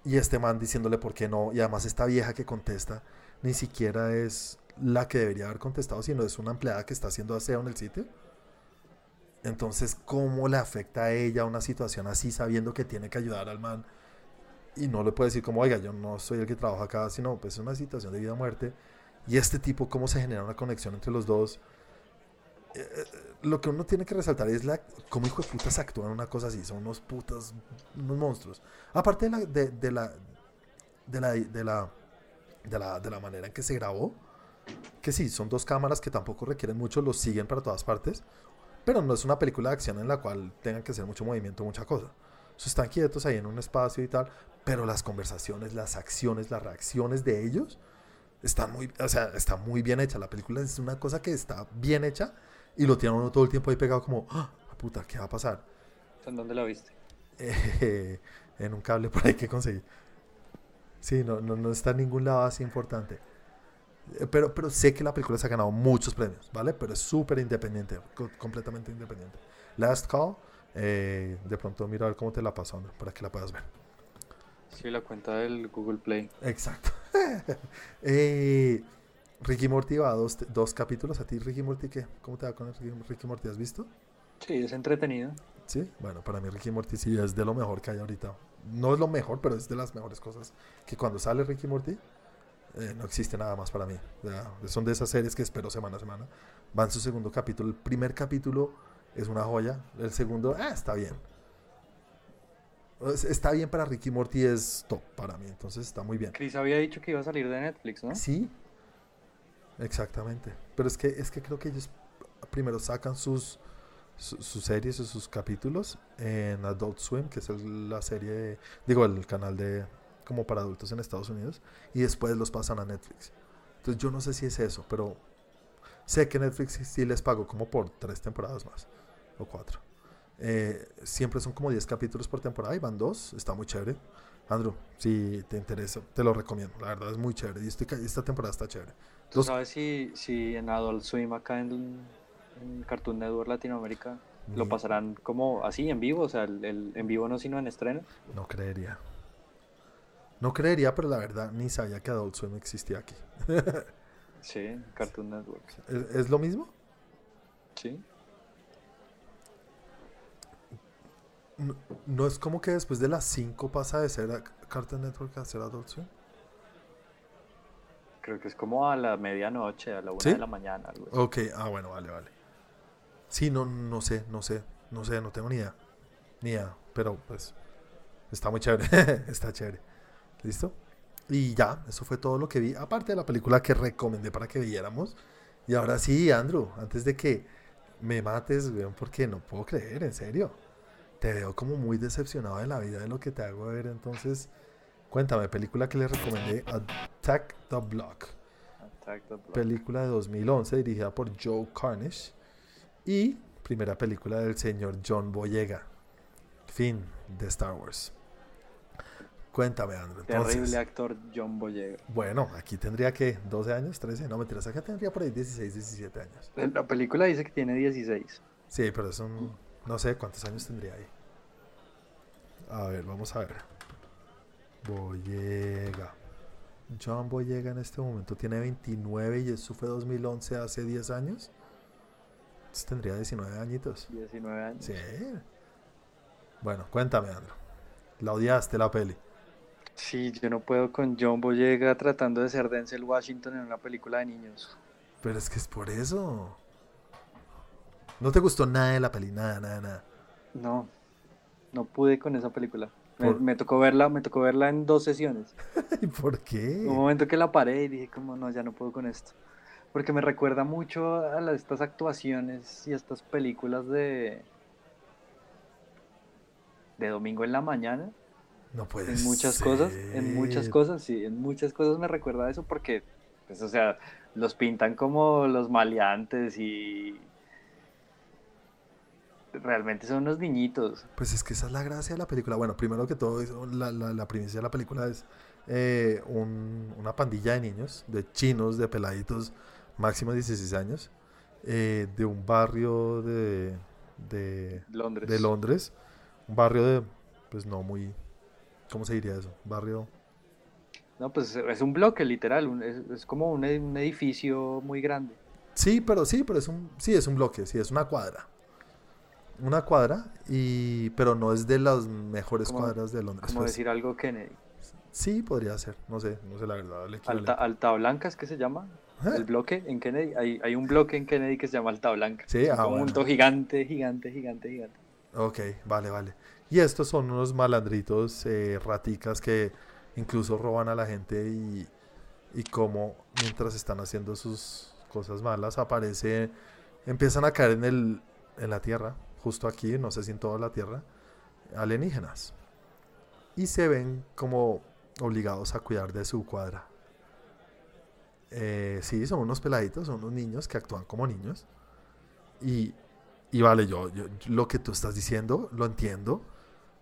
A: Y este man diciéndole por qué no. Y además, esta vieja que contesta ni siquiera es la que debería haber contestado, sino es una empleada que está haciendo aseo en el sitio. Entonces, ¿cómo le afecta a ella una situación así sabiendo que tiene que ayudar al man? Y no le puede decir como, oiga, yo no soy el que trabaja acá, sino pues es una situación de vida o muerte. Y este tipo, ¿cómo se genera una conexión entre los dos? Eh, eh, lo que uno tiene que resaltar es la, cómo hijo de putas actúan en una cosa así. Son unos putas, unos monstruos. Aparte de la, de, de la, de la, de la, de la, de la manera en que se grabó, que sí, son dos cámaras que tampoco requieren mucho, los siguen para todas partes. Pero no es una película de acción en la cual tengan que hacer mucho movimiento, mucha cosa. So, están quietos ahí en un espacio y tal, pero las conversaciones, las acciones, las reacciones de ellos están muy, o sea, está muy bien hecha. La película es una cosa que está bien hecha y lo tiene uno todo el tiempo ahí pegado como, ¡Ah, puta, ¿qué va a pasar?
B: ¿En dónde la viste?
A: eh, en un cable por ahí que conseguí. Sí, no, no, no está en ningún lado así importante. Eh, Pero, pero sé que la película se ha ganado muchos premios, ¿vale? Pero es súper independiente, co- completamente independiente. Last Call, eh, de pronto mira a ver cómo te la pasó, ¿no? para que la puedas ver.
B: Sí, la cuenta del Google Play.
A: Exacto. Eh, Ricky Morty va a dos, dos capítulos. ¿A ti Ricky Morty qué? ¿Cómo te va con el Ricky, Ricky Morty? ¿Has visto?
B: Sí, es entretenido.
A: Sí, bueno, para mí Ricky Morty sí es de lo mejor que hay ahorita. No es lo mejor, pero es de las mejores cosas. Que cuando sale Ricky Morty, eh, no existe nada más para mí. O sea, son de esas series que espero semana a semana. Van su segundo capítulo. El primer capítulo es una joya. El segundo, ah, está bien. Es- Está bien para Ricky Morty, es top para mí. Entonces está muy bien.
B: Chris había dicho que iba a salir de Netflix, ¿no?
A: Sí, exactamente. Pero es que, es que creo que ellos primero sacan sus, su- sus series o sus capítulos en Adult Swim, que es el- la serie, digo, el canal de como para adultos en Estados Unidos, y después los pasan a Netflix. Entonces yo no sé si es eso, pero sé que Netflix sí- sí les pagó como por tres temporadas más, o cuatro. Eh, siempre son como 10 capítulos por temporada y van dos, está muy chévere. Andrew, si te interesa, te lo recomiendo. La verdad es muy chévere. Y este ca- esta temporada está chévere.
B: ¿Tú
A: Los-
B: sabes si, si en Adult Swim acá en, en Cartoon Network Latinoamérica lo
A: Ni-
B: pasarán como así en vivo? O sea, el, el- en vivo no, sino en estreno.
A: No creería. No creería, pero la verdad ni sabía que Adult Swim existía aquí.
B: Sí, en Cartoon Network.
A: ¿Es, es lo mismo?
B: Sí.
A: No, no es como que después de las 5 pasa de ser a- Cartoon Network a ser Adult Swim?
B: Creo que es como a la medianoche, a la una
A: ¿Sí?
B: de la mañana. Algo así.
A: Ok, ah, bueno, vale, vale. Sí, no, no sé, no sé, no sé, no tengo ni idea. Ni idea, pero pues está muy chévere, está chévere. ¿Listo? Y ya, eso fue todo lo que vi, aparte de la película que recomendé para que viéramos. Y ahora sí, Andrew, antes de que me mates, weón, porque no puedo creer, en serio. Te veo como muy decepcionado de la vida de lo que te hago ver, entonces cuéntame, película que le recomendé, Attack the Block
B: Attack the Block.
A: película de 2011 dirigida por Joe Carnish y primera película del señor John Boyega. Fin de Star Wars. Cuéntame, Andrew.
B: Terrible
A: Entonces,
B: actor John Boyega.
A: bueno, aquí tendría que 12 años, 13, no mentiras, acá tendría por ahí 16, 17 años.
B: La película dice que tiene 16.
A: Sí, pero es un. No sé cuántos años tendría ahí. A ver, vamos a ver. Boyega. John Boyega en este momento tiene 29 y eso fue 2011, hace 10 años. Entonces tendría 19 añitos.
B: 19 años.
A: Sí. Bueno, cuéntame, Andro. La odiaste la peli.
B: Sí, yo no puedo con John Boyega tratando de ser Denzel Washington en una película de niños.
A: Pero es que es por eso. No te gustó nada de la peli, nada, nada, nada.
B: No, no pude con esa película. Me,
A: Por-
B: me tocó verla, me tocó verla en dos sesiones.
A: ¿Y por qué?
B: Un momento que la paré y dije como no, ya no puedo con esto. Porque me recuerda mucho a las- estas actuaciones y a estas películas de de domingo en la mañana.
A: No puedes.
B: En muchas cosas, en muchas cosas, sí, en muchas cosas me recuerda a eso porque, pues, o sea, los pintan como los maleantes y realmente son unos niñitos.
A: Pues es que esa es la gracia de la película. Bueno, primero que todo, es- la, la, la primicia de la película es eh, un- una pandilla de niños, de chinos, de peladitos, máximo 16 años, eh, de un barrio de, de,
B: Londres.
A: de Londres. Un barrio de, pues no muy, ¿cómo se diría eso? Barrio,
B: No, pues es un bloque literal, un- es, es como un, ed- un edificio muy grande.
A: Sí, pero sí, pero es un, sí, es un bloque, sí, es una cuadra. Una cuadra, y, pero no es de las mejores
B: Como-
A: cuadras de Londres.
B: Como
A: pues.
B: decir algo Kennedy.
A: Sí, podría ser, no sé, no sé la verdad. el
B: Alta,
A: equivalente. Eh,
B: Alta Blanca es que se llama.
A: Ajá.
B: El bloque en Kennedy. Hay, hay un bloque en Kennedy que se llama Alta Blanca.
A: Sí,
B: Es un
A: ah,
B: conjunto
A: bueno.
B: gigante, gigante, gigante, gigante.
A: Ok, vale, vale. Y estos son unos malandritos, eh, raticas que incluso roban a la gente y, y como mientras están haciendo sus cosas malas aparece, empiezan a caer en el, en la tierra, justo aquí, no sé si en toda la tierra, alienígenas. Y se ven como obligados a cuidar de su cuadra. Eh, sí, son unos peladitos, son unos niños que actúan como niños. Y, y vale, yo, yo- yo- lo que tú estás diciendo lo entiendo,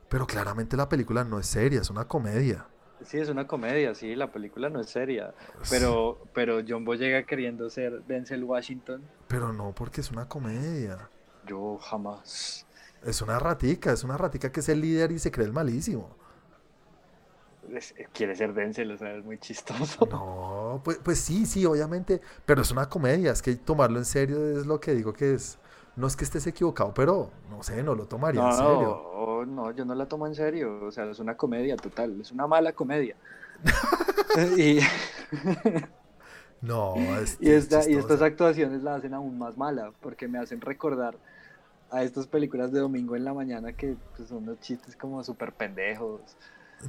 A: Pero claramente la película no es seria, es una comedia.
B: Sí, es una comedia, sí, la película no es seria.
A: Pues
B: Pero, pero John Boyega queriendo ser Denzel Washington,
A: Pero no porque es una comedia.
B: yo jamás.
A: Es una ratica, es una ratica que es el líder y se cree el malísimo.
B: Es- Quiere ser Denzel, o sea, es muy chistoso.
A: No, pues, pues sí, sí, obviamente. Pero es una comedia, es que tomarlo en serio es lo que digo que es. No es que estés equivocado, pero no sé, no lo tomaría en
B: No, no,
A: serio.
B: oh, no, yo no la tomo en serio. O sea, es una comedia total, es una mala comedia. y,
A: No, es,
B: y esta- y
A: chistosa.
B: estas actuaciones la hacen aún más mala, porque me hacen recordar a estas películas de domingo en la mañana que pues, son unos chistes como súper pendejos.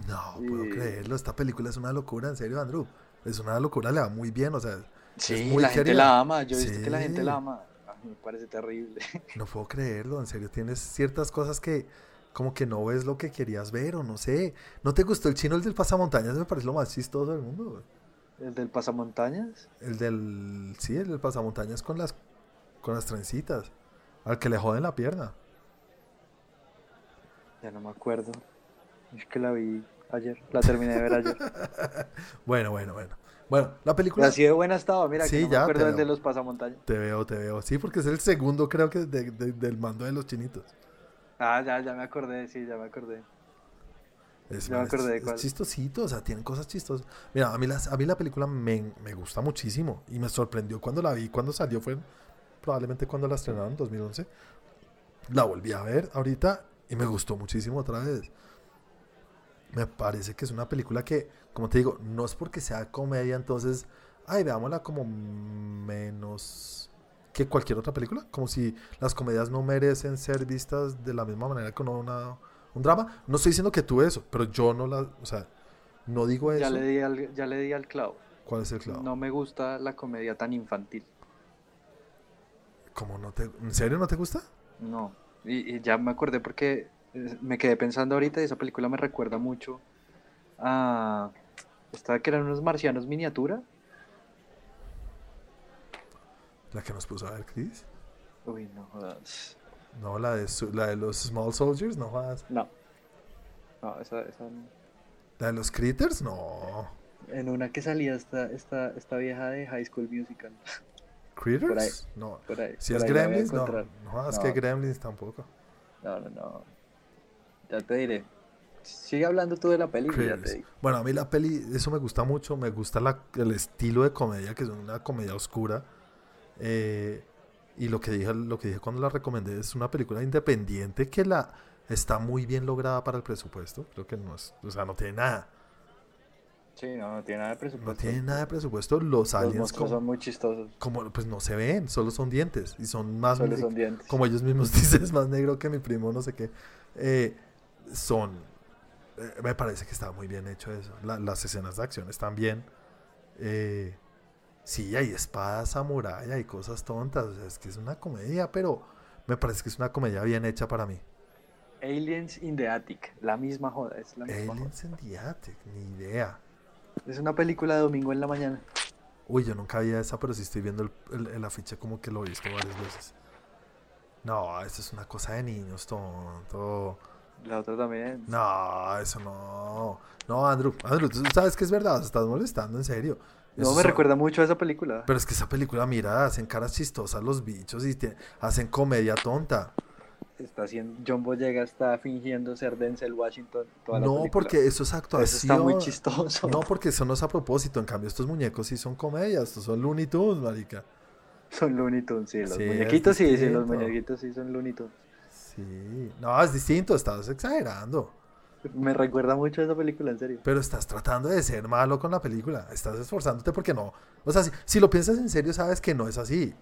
A: No, puedo
B: Sí.
A: creerlo. Esta película es una locura, en serio, Andrew. Es una locura, le va muy bien. O sea,
B: Sí,
A: muy
B: Pues, la gente
A: querida.
B: la ama, yo he visto que la
A: Sí.
B: gente la ama. A mí me parece terrible.
A: no puedo creerlo. En serio, tienes ciertas cosas que como que no ves lo que querías ver o no sé. ¿No te gustó el chino, el del pasamontañas? Me parece lo más chistoso del mundo. güey.
B: ¿El del pasamontañas?
A: El del... Sí, el del pasamontañas con las, con las trencitas. Al que le joden la pierna.
B: Ya no me acuerdo. Es que la vi ayer, la terminé de ver ayer.
A: Bueno, bueno, bueno. Bueno, la película...
B: Pero así de buena estaba, mira,
A: Sí,
B: que no me
A: ya,
B: acuerdo
A: te
B: del de
A: veo.
B: los pasamontañas.
A: Te veo, te veo. Sí, porque es el segundo creo que de- de- del mando de los chinitos.
B: Ah, ya, ya me acordé, sí, ya me acordé.
A: Es,
B: Ya me
A: es-
B: acordé de
A: es
B: cuál.
A: chistosito, o sea, tienen cosas chistosas. Mira, a mí, las, a mí la película me, me gusta muchísimo y me sorprendió cuando la vi, cuando salió, fue probablemente cuando la estrenaron en 2011. La volví a ver ahorita y me gustó muchísimo otra vez. Me parece que es una película que, como te digo, no es porque sea comedia, entonces, ay, Ah, veámosla como menos que cualquier otra película, como si las comedias no merecen ser vistas de la misma manera que uno- una, un drama. No estoy diciendo que tú eso, pero yo no la, o sea, no digo
B: Ya
A: Pues eso.
B: le, di al, ya le di al clavo.
A: ¿Cuál es el clavo?
B: No me gusta la comedia tan infantil.
A: ¿Cómo no te, ¿En serio no te gusta?
B: No. Y, y ya me acordé porque eh, me quedé pensando ahorita y esa película me recuerda mucho a. Esta que eran unos marcianos miniatura.
A: La que nos puso a ver, Chris.
B: Uy, no jodas.
A: No, la de, su- la de los Small Soldiers, no jodas.
B: No. No, esa, esa no.
A: La de los Critters, no.
B: En una que salía esta, esta, esta vieja de High School Musical. Por ahí.
A: ¿Critters? No.
B: Por ahí,
A: Si
B: por
A: es
B: ahí la voy a
A: Gremlins, no.
B: encontrar.
A: No, es
B: No.
A: que Gremlins tampoco.
B: No, no, no. Ya te diré. Sigue hablando tú de la película, ya te
A: Critters.
B: digo.
A: Bueno, a mí la peli, eso me gusta mucho. Me gusta la- el estilo de comedia, que es una comedia oscura. Eh, y lo que, dije, lo que dije cuando la recomendé es una película independiente que la está muy bien lograda para el presupuesto. Creo que no es, o sea, no tiene nada.
B: Sí, no, no tiene nada de presupuesto.
A: No tiene nada de presupuesto. Los
B: Los
A: aliens
B: monstruos son
A: como,
B: muy chistosos.
A: como, pues no se ven, solo son dientes. Y son más
B: Solo
A: ne-
B: son dientes.
A: como ellos mismos dicen, es más negro que mi primo, no sé qué. Eh, son. eh, me parece que está muy bien hecho eso. La- las escenas de acción están bien. Eh, sí, hay espadas samurai, hay cosas tontas. o sea, es que es una comedia, pero me parece que es una comedia bien hecha para mí.
B: Aliens in the Attic. La misma joda. Es, la misma joda.
A: Aliens in the Attic, ni idea.
B: es una película de domingo en la mañana.
A: Uy, yo nunca había esa, pero sí estoy viendo el, el- el afiche como que lo he visto varias veces. No, eso es una cosa de niños, tonto.
B: La otra también.
A: No, eso no. No, Andrew, Andrew, tú sabes que es verdad, os estás molestando, en serio.
B: No,
A: Eso
B: me
A: son-
B: recuerda mucho a esa película.
A: Pero es que esa película, mira, hacen caras chistosas los bichos y tie- hacen comedia tonta.
B: Está haciendo, John Boyega está fingiendo ser Denzel Washington toda la
A: No,
B: película.
A: porque eso es actuación.
B: Eso está muy chistoso.
A: No, porque eso no es a propósito. En cambio, estos muñecos sí son comedias, estos son Looney Tunes, marica.
B: Son Looney Tunes, sí. Los
A: Sí, es
B: muñequitos sí, sí, los
A: distinto.
B: muñequitos sí son Looney Tunes.
A: Sí. No, es distinto, estás exagerando.
B: Me recuerda mucho a esa película, en serio.
A: Pero estás tratando de ser malo con la película. Estás esforzándote porque no. O sea, si, si lo piensas en serio, sabes que no es así.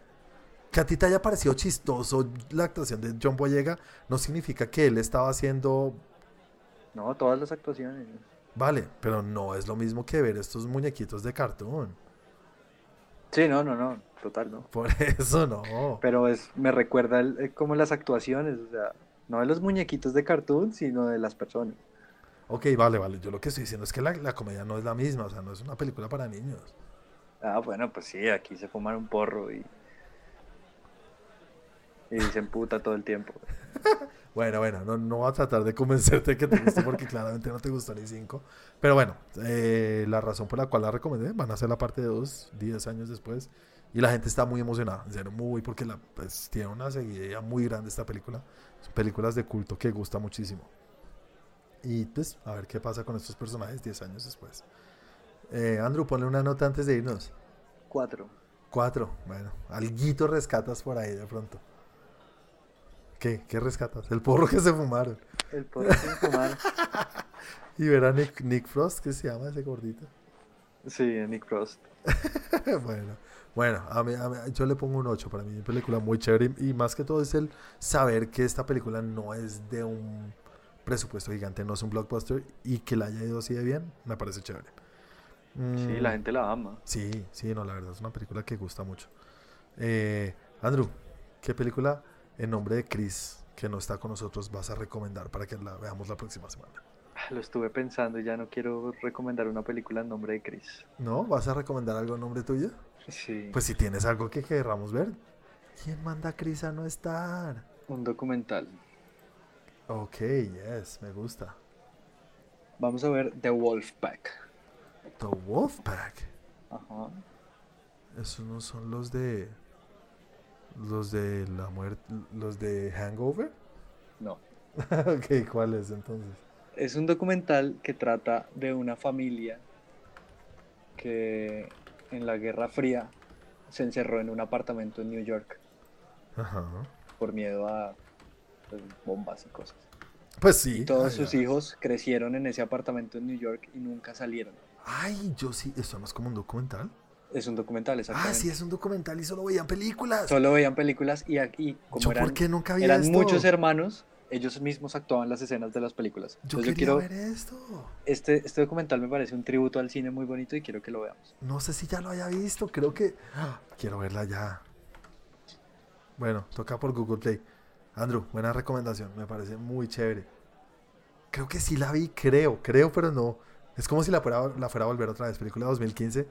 A: Que a ti te haya parecido chistoso la actuación de John Boyega no significa que él estaba haciendo.
B: No, todas las actuaciones.
A: Vale, pero no es lo mismo que ver estos muñequitos de cartoon.
B: Sí, no, no, no, total, no.
A: Por eso no.
B: Pero es, me recuerda el- eh, como las actuaciones, o sea, no de los muñequitos de cartoon, sino de las personas.
A: Ok, vale, vale. Yo lo que estoy diciendo es que la, la comedia no es la misma. O sea, no es una película para niños.
B: Ah, bueno, pues sí, aquí se fuman un porro y... y se emputa todo el tiempo.
A: Bueno, bueno, no, no voy a tratar de convencerte que te guste porque claramente no te gustó ni 5. Pero bueno, eh, la razón por la cual la recomendé, van a hacer la parte 2 10 años después. Y la gente está muy emocionada, en serio, muy, porque la, pues, tiene una seguidilla muy grande esta película. Son películas de culto que gusta muchísimo. Y pues, a ver qué pasa con estos personajes 10 años después. Eh, Andrew, ponle una nota antes de irnos.
B: Cuatro.
A: Cuatro, bueno, alguito rescatas por ahí de pronto. ¿Qué? ¿Qué rescatas? El porro que se fumaron.
B: El poder sin fumar.
A: Y verá Nick, Nick Frost, que se llama ese gordito.
B: Sí, Nick Frost.
A: bueno, bueno, a mí- a mí- yo le pongo un 8 para mí, es una película muy chévere y, y más que todo es el saber que esta película no es de un presupuesto gigante, no es un blockbuster y que la haya ido así de bien, me parece chévere.
B: Sí,
A: Mm,
B: la gente la ama.
A: Sí, sí, no, la verdad es una película que gusta mucho. Eh, Andrew, ¿qué película en nombre de Chris, que no está con nosotros, vas a recomendar para que la veamos la próxima semana?
B: Lo estuve pensando y ya no quiero recomendar una película en nombre de Chris.
A: ¿No? ¿Vas a recomendar algo en nombre tuyo?
B: Sí.
A: Pues si tienes algo que querramos ver. ¿Quién manda a Chris a no estar?
B: Un documental.
A: Ok, yes, me gusta.
B: Vamos a ver The Wolfpack.
A: The Wolfpack.
B: Ajá.
A: Esos no son los de. Los de la muerte. Los de Hangover.
B: No.
A: ok, ¿cuál es entonces?
B: Es un documental que trata de una familia que en la Guerra Fría se encerró en un apartamento en New York
A: Ajá.
B: por miedo a pues, bombas y cosas.
A: Pues sí.
B: Todos
A: ah,
B: sus
A: ya.
B: hijos crecieron en ese apartamento en New York y nunca salieron.
A: Ay, yo sí. Esto no es como un documental.
B: Es un documental,
A: Ah,
B: exactamente.
A: sí, es un documental y solo veían películas.
B: Solo veían películas y aquí, como
A: yo,
B: eran,
A: ¿por qué nunca había
B: eran
A: esto?
B: muchos hermanos, ellos mismos actuaban las escenas de las películas.
A: Yo
B: Entonces
A: quería
B: yo quiero.
A: ver esto.
B: Este, este documental me parece un tributo al cine muy bonito y quiero que lo veamos.
A: No sé si ya lo haya visto, creo que. ¡Ah! Quiero verla ya. Bueno, toca por Google Play. Andrew, buena recomendación, me parece muy chévere. Creo que sí la vi, creo, creo, pero no. Es como si la fuera, la fuera a volver otra vez. Película 2015,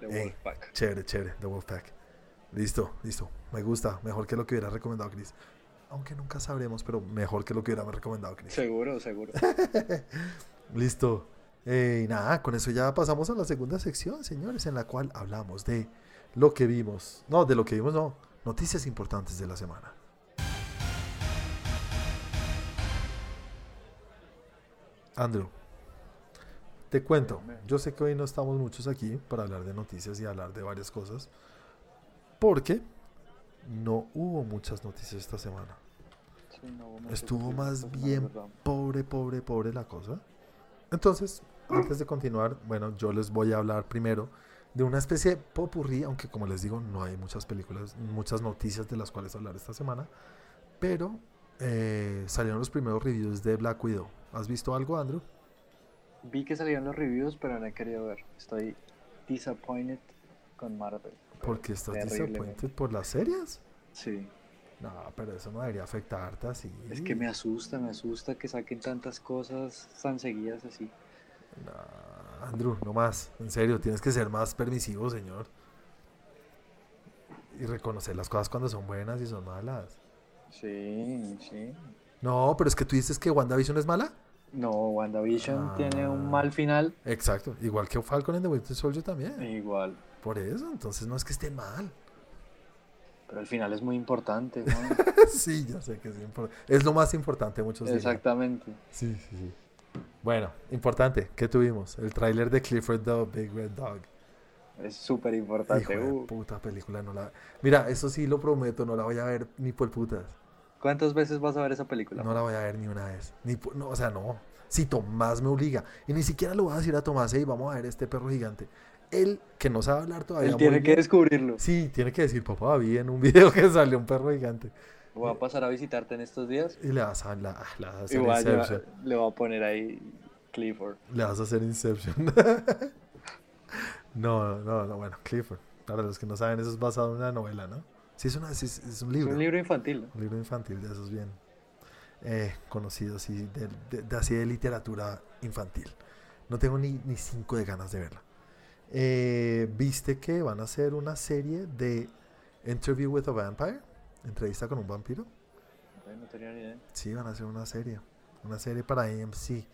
B: The
A: Ey.
B: Wolfpack.
A: chévere, chévere, The Wolfpack. Listo, listo, me gusta, mejor que lo que hubiera recomendado Chris. Aunque nunca sabremos, pero mejor que lo que hubiera recomendado Chris.
B: Seguro, seguro.
A: Listo. Eh, y nada, con eso ya pasamos a la segunda sección, señores, en la cual hablamos de lo que vimos. No, de lo que vimos no. Noticias importantes de la semana. Andrew, te cuento. Yo sé que hoy no estamos muchos aquí para hablar de noticias y hablar de varias cosas. Porque no hubo muchas noticias esta semana.
B: Sí, no, no sé
A: Estuvo
B: qué
A: más
B: cosa, la
A: bien
B: verdad.
A: pobre, pobre, pobre la cosa. Entonces, antes de continuar, bueno, yo les voy a hablar primero de una especie de popurrí, aunque como les digo, no hay muchas películas, muchas noticias de las cuales hablar esta semana, pero eh, salieron los primeros reviews de Black Widow. ¿Has visto algo, Andrew?
B: Vi que salían los reviews, pero no he querido ver. Estoy disappointed con Marvel.
A: Porque estás
B: Terriblemente.
A: disappointed por las series.
B: Sí,
A: No, pero eso no debería afectarte así.
B: es que me asusta, me asusta que saquen tantas cosas tan seguidas así.
A: No, Andrew, no más. En serio, tienes que ser más permisivo, señor. Y reconocer las cosas cuando son buenas y son malas.
B: Sí, sí.
A: No, pero es que tú dices que WandaVision es mala.
B: No, WandaVision
A: Ah.
B: tiene un mal final.
A: Exacto, igual que Falcon and the Winter Soldier también.
B: Igual.
A: Por eso, entonces no es que esté mal.
B: Pero el final es muy importante. ¿no?
A: sí, ya sé que es importante. Es lo más importante, muchos dirían.
B: Exactamente.
A: Sí, sí, sí. Bueno, importante, ¿qué tuvimos? El tráiler de Clifford the Big Red Dog.
B: Es súper
A: Hijo
B: importante.
A: de
B: Uh,
A: puta película, no la. Mira, eso sí lo prometo, no la voy a ver ni por putas.
B: ¿Cuántas veces vas a ver esa película?
A: No la voy a ver ni una vez. Ni, pu- no, o sea, no. Si Tomás me obliga. Y ni siquiera lo voy a decir a Tomás, hey, vamos a ver este perro gigante. Él, que no sabe hablar todavía.
B: Él
A: muy
B: tiene que
A: bien,
B: descubrirlo.
A: Sí, tiene que decir, papá, vi en un video que salió un perro gigante.
B: Voy a pasar a visitarte en estos días.
A: Y le vas a, la- le vas a hacer
B: Y voy a llevar-
A: Inception.
B: le voy a poner ahí Clifford.
A: Le vas a hacer Inception. no, no, no, bueno, Clifford. Para los que no saben, eso es basado en una novela, ¿no? Sí, es, una, sí, es- es un
B: Es
A: libro.
B: un libro infantil. ¿no?
A: Un libro infantil de esos bien eh, conocidos y de, de- de así de literatura infantil. No tengo ni, ni cinco de ganas de verla. Eh, ¿Viste que van a hacer una serie de Interview with a Vampire? Entrevista con un vampiro.
B: Ok, no tenía ni idea.
A: Sí, van a hacer una serie. Una serie para AMC.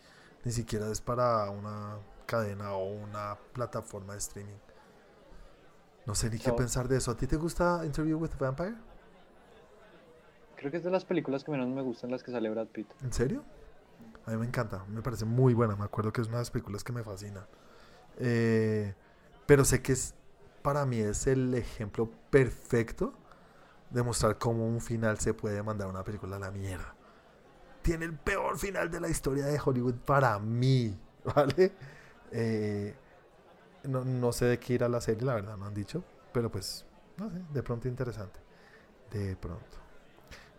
A: Ni siquiera es para una cadena o una plataforma de streaming. No sé ni qué
B: No.
A: pensar de eso. ¿A ti te gusta Interview with a Vampire?
B: Creo que es de las películas que menos me gustan las que sale Brad Pitt.
A: ¿En serio? A mí me encanta, me parece muy buena. Me acuerdo que es una de las películas que me fascina. Eh, pero sé que es, para mí es el ejemplo perfecto de mostrar cómo un final se puede mandar una película a la mierda. Tiene el peor final de la historia de Hollywood para mí, ¿vale? Eh, no, no sé de qué irá la serie, la verdad, no han dicho. Pero pues, no sé, de pronto interesante. De pronto.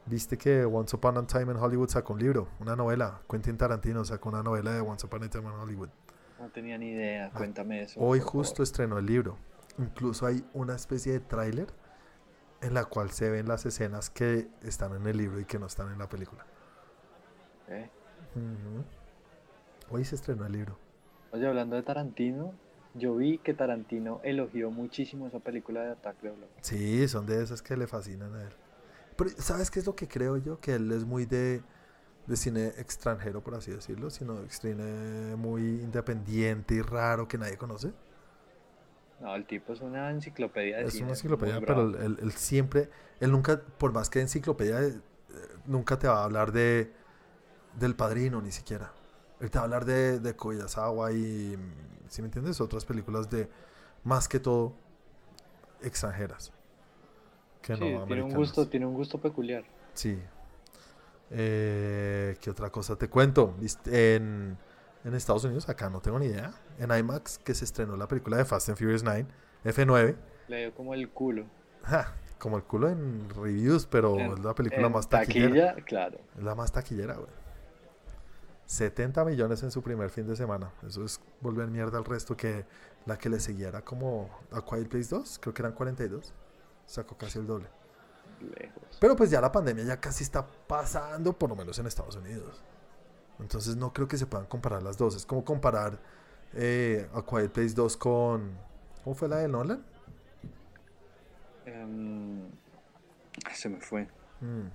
A: Viste que Once Upon a Time in Hollywood sacó un libro, una novela. Quentin Tarantino sacó una novela de Once Upon a Time in Hollywood.
B: No tenía ni idea, cuéntame eso.
A: Ah, Hoy
B: por favor.
A: justo estrenó el libro. Incluso hay una especie de tráiler en la cual se ven las escenas que están en el libro y que no están en la película.
B: Ok.
A: Ujú. Hoy se estrenó el libro.
B: Oye, hablando de Tarantino, yo vi que Tarantino elogió muchísimo esa película de Attack de Block.
A: Sí, son de esas que le fascinan a él. Pero ¿sabes qué es lo que creo yo? Que él es muy de, de cine extranjero, por así decirlo, sino cine muy independiente y raro que nadie conoce.
B: No, el tipo es una enciclopedia de
A: Es
B: cine,
A: una
B: muy
A: enciclopedia, pero
B: bravo.
A: él, él- él siempre, él nunca, por más que enciclopedia, eh, nunca te va a hablar de del padrino ni siquiera. Él te va a hablar de, de Kurosawa y, si me entiendes, otras películas de, más que todo, extranjeras. Que
B: Sí,
A: no
B: tiene un
A: americanas.
B: gusto, tiene un gusto peculiar.
A: Sí. Eh, ¿Qué otra cosa te cuento? Vist- En, en Estados Unidos, acá no tengo ni idea, en IMAX, que se estrenó la película de Fast and Furious 9, F9.
B: Le dio como el culo.
A: Ja, como el culo en reviews, pero
B: En-
A: es la película
B: en
A: más taquillera.
B: taquilla, claro.
A: Es la más taquillera, güey. 70 millones en su primer fin de semana. Eso es volver mierda al resto que la que le seguía era como A Quiet Place 2, creo que eran 42. Sacó casi el doble.
B: Lejos.
A: Pero pues ya la pandemia ya casi está pasando, por lo menos en Estados Unidos. Entonces no creo que se puedan comparar las dos. Es como comparar eh, A Quiet Place 2 con... ¿Cómo fue la de Nolan?
B: Em, se me fue.
A: Mm.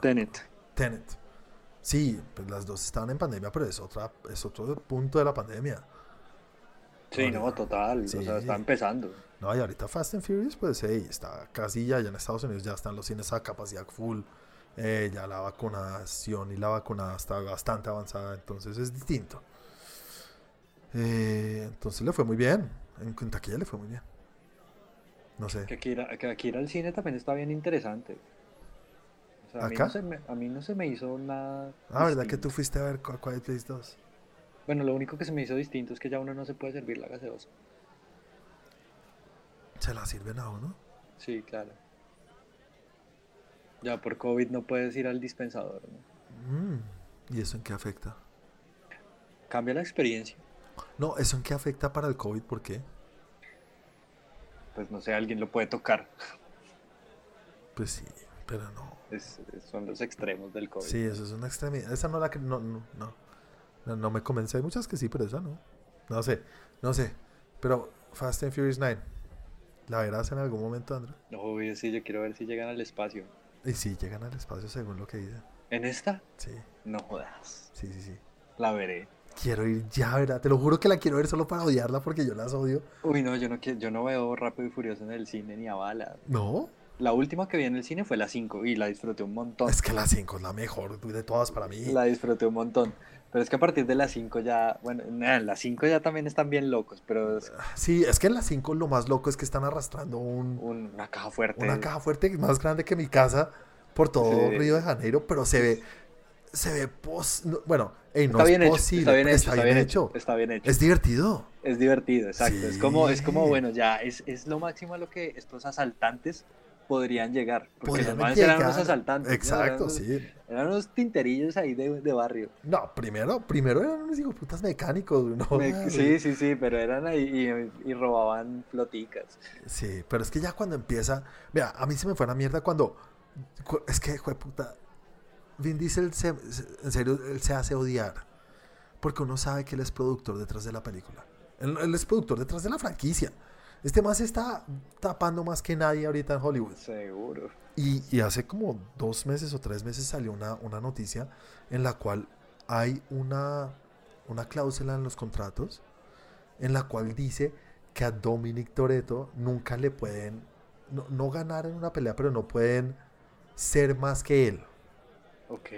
B: Tenet.
A: Tenet. Sí, pues las dos estaban en pandemia, pero es, otra, es otro punto de la pandemia.
B: Sí, no,
A: Vale.
B: total. O
A: Sí.
B: sea, está empezando.
A: No, y ahorita Fast and Furious, pues hey, está casi ya, ya en Estados Unidos ya están los cines a capacidad full. eh, ya la vacunación y la vacunada está bastante avanzada, entonces es distinto. Eh, entonces le fue muy bien. En en taquilla le fue muy bien. No sé.
B: Que aquí, ir a- que aquí ir al cine también está bien interesante. O sea, a, mí
A: ¿Acá?
B: no se me, a mí no se me hizo nada.
A: Ah, ¿verdad que
B: distinto.
A: tú fuiste a ver Qu- Quiet Place 2?
B: Bueno, lo único que se me hizo distinto es que ya uno no se puede servir la gaseosa.
A: Se la sirven a uno.
B: Sí, claro. Ya por COVID no puedes ir al dispensador. ¿no?
A: Mm, ¿Y eso en qué afecta?
B: Cambia la experiencia.
A: No, ¿eso en qué afecta para el COVID? ¿Por qué?
B: Pues no sé, alguien lo puede tocar.
A: Pues sí, pero no.
B: Es- es- son los extremos del COVID.
A: Sí, eso es una extremidad. Esa no la cre- no, no, no. No, no me convence. Hay muchas que sí, pero esa no. No sé, no sé. Pero Fast and Furious 9, ¿la verás en algún momento, Andrew?
B: No, obvio, sí, yo quiero ver si llegan al espacio.
A: Y sí, llegan al espacio según lo que dicen.
B: ¿En esta?
A: Sí,
B: No jodas.
A: sí, sí, sí.
B: La veré.
A: Quiero ir ya, ¿verdad? Te lo juro que la quiero ver solo para odiarla porque yo las odio.
B: Uy, no, yo no, quiero, yo no veo Rápido y Furioso en el cine ni a bala.
A: No,
B: La última que vi en el cine fue la 5 y la disfruté un montón.
A: es que la 5 es la mejor de todas para mí.
B: La disfruté un montón. Pero es que a partir de las 5 ya, bueno, nah, las 5 ya también están bien locos, pero es
A: Sí, es que en la 5 lo más loco es que están arrastrando un,
B: un- una caja fuerte.
A: una caja fuerte más grande que mi casa por todo
B: Sí.
A: Río de Janeiro, pero se ve, se ve pos, no- bueno, ey, no
B: Está
A: es
B: bien, hecho,
A: posible, pues,
B: está bien hecho, está bien
A: hecho.
B: hecho, está bien
A: es
B: hecho. Es,
A: divertido.
B: divertido, exacto. Es como, es como
A: Sí.
B: bueno, ya es, es lo máximo a lo que estos asaltantes podrían llegar. Porque
A: Podrían
B: normalmente
A: llegar-
B: eran unos asaltantes. ¿no? Eran
A: Exacto,
B: unos-
A: sí.
B: Eran unos tinterillos ahí de, de barrio.
A: No, primero, primero eran unos hijos putas mecánicos, ¿no?
B: Me- sí, sí, sí, pero eran ahí y, y robaban floticas.
A: Sí, pero es que ya cuando empieza, mira, a mí se me fue la mierda cuando, cu- es que, jueputa, Vin Diesel, se- se- en serio, él se hace odiar, porque uno sabe que él es productor detrás de la película, él, él es productor detrás de la franquicia, Este man se está tapando más que nadie ahorita en Hollywood.
B: Seguro.
A: Y, y hace como dos meses o tres meses salió una, una noticia en la cual hay una, una cláusula en los contratos en la cual dice que a Dominic Toreto nunca le pueden, no, no ganar en una pelea, pero no pueden ser más que él,
B: Ok.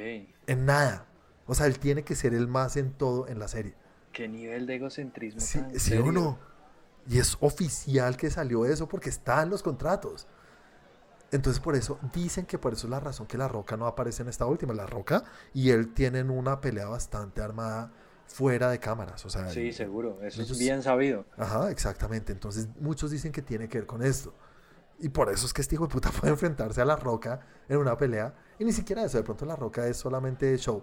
A: en nada. O sea, él tiene que ser el más en todo en la serie.
B: Qué nivel de egocentrismo.
A: Sí,
B: tan
A: sí o
B: serio.
A: no. Y es oficial que salió eso porque está en los contratos. Entonces por eso dicen que por eso es la razón que La Roca no aparece en esta última. La Roca y él tienen una pelea bastante armada fuera de cámaras. O sea,
B: Sí, seguro. Eso
A: ellos-
B: es bien sabido.
A: Ajá, exactamente. Entonces muchos dicen que tiene que ver con esto. Y por eso es que este hijo de puta puede enfrentarse a La Roca en una pelea. Y ni siquiera eso, de pronto La Roca es solamente show.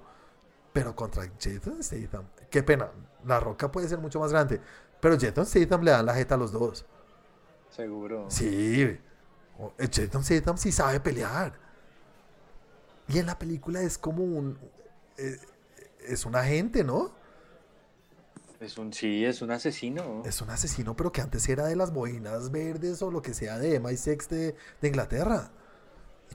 A: Pero contra Jason Statham, qué pena. La Roca puede ser mucho más grande. Pero Jason Statham le dan la jeta a los dos.
B: Seguro.
A: Sí. o- eh, Jason Statham sí sabe pelear. Y en la película es como un... eh, Es un agente, ¿no?
B: Es un sí, es un asesino.
A: Es un asesino, pero que antes era de las boinas verdes o lo que sea de MI6 de, de Inglaterra.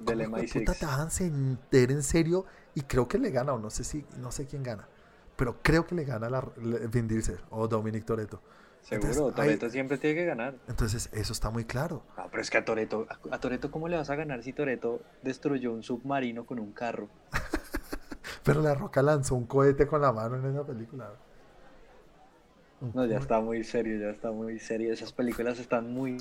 A: Y
B: Del
A: cómo hijueputa
B: MI6.
A: te dejan sentir en serio y creo que le gana, o no sé si, no sé quién gana, pero creo que le gana la, le- Vin Diesel o Dominic Toretto.
B: Seguro.
A: Entonces,
B: Toreto
A: ahí-
B: siempre tiene que ganar.
A: Entonces, eso está muy claro.
B: Ah, pero es que a Toreto, a, Toreto, ¿cómo le vas a ganar si Toreto destruyó un submarino con un carro?
A: Pero La Roca lanzó un cohete con la mano en esa película. Un
B: No, ya
A: cohete.
B: está muy serio, ya está muy serio. Esas películas están muy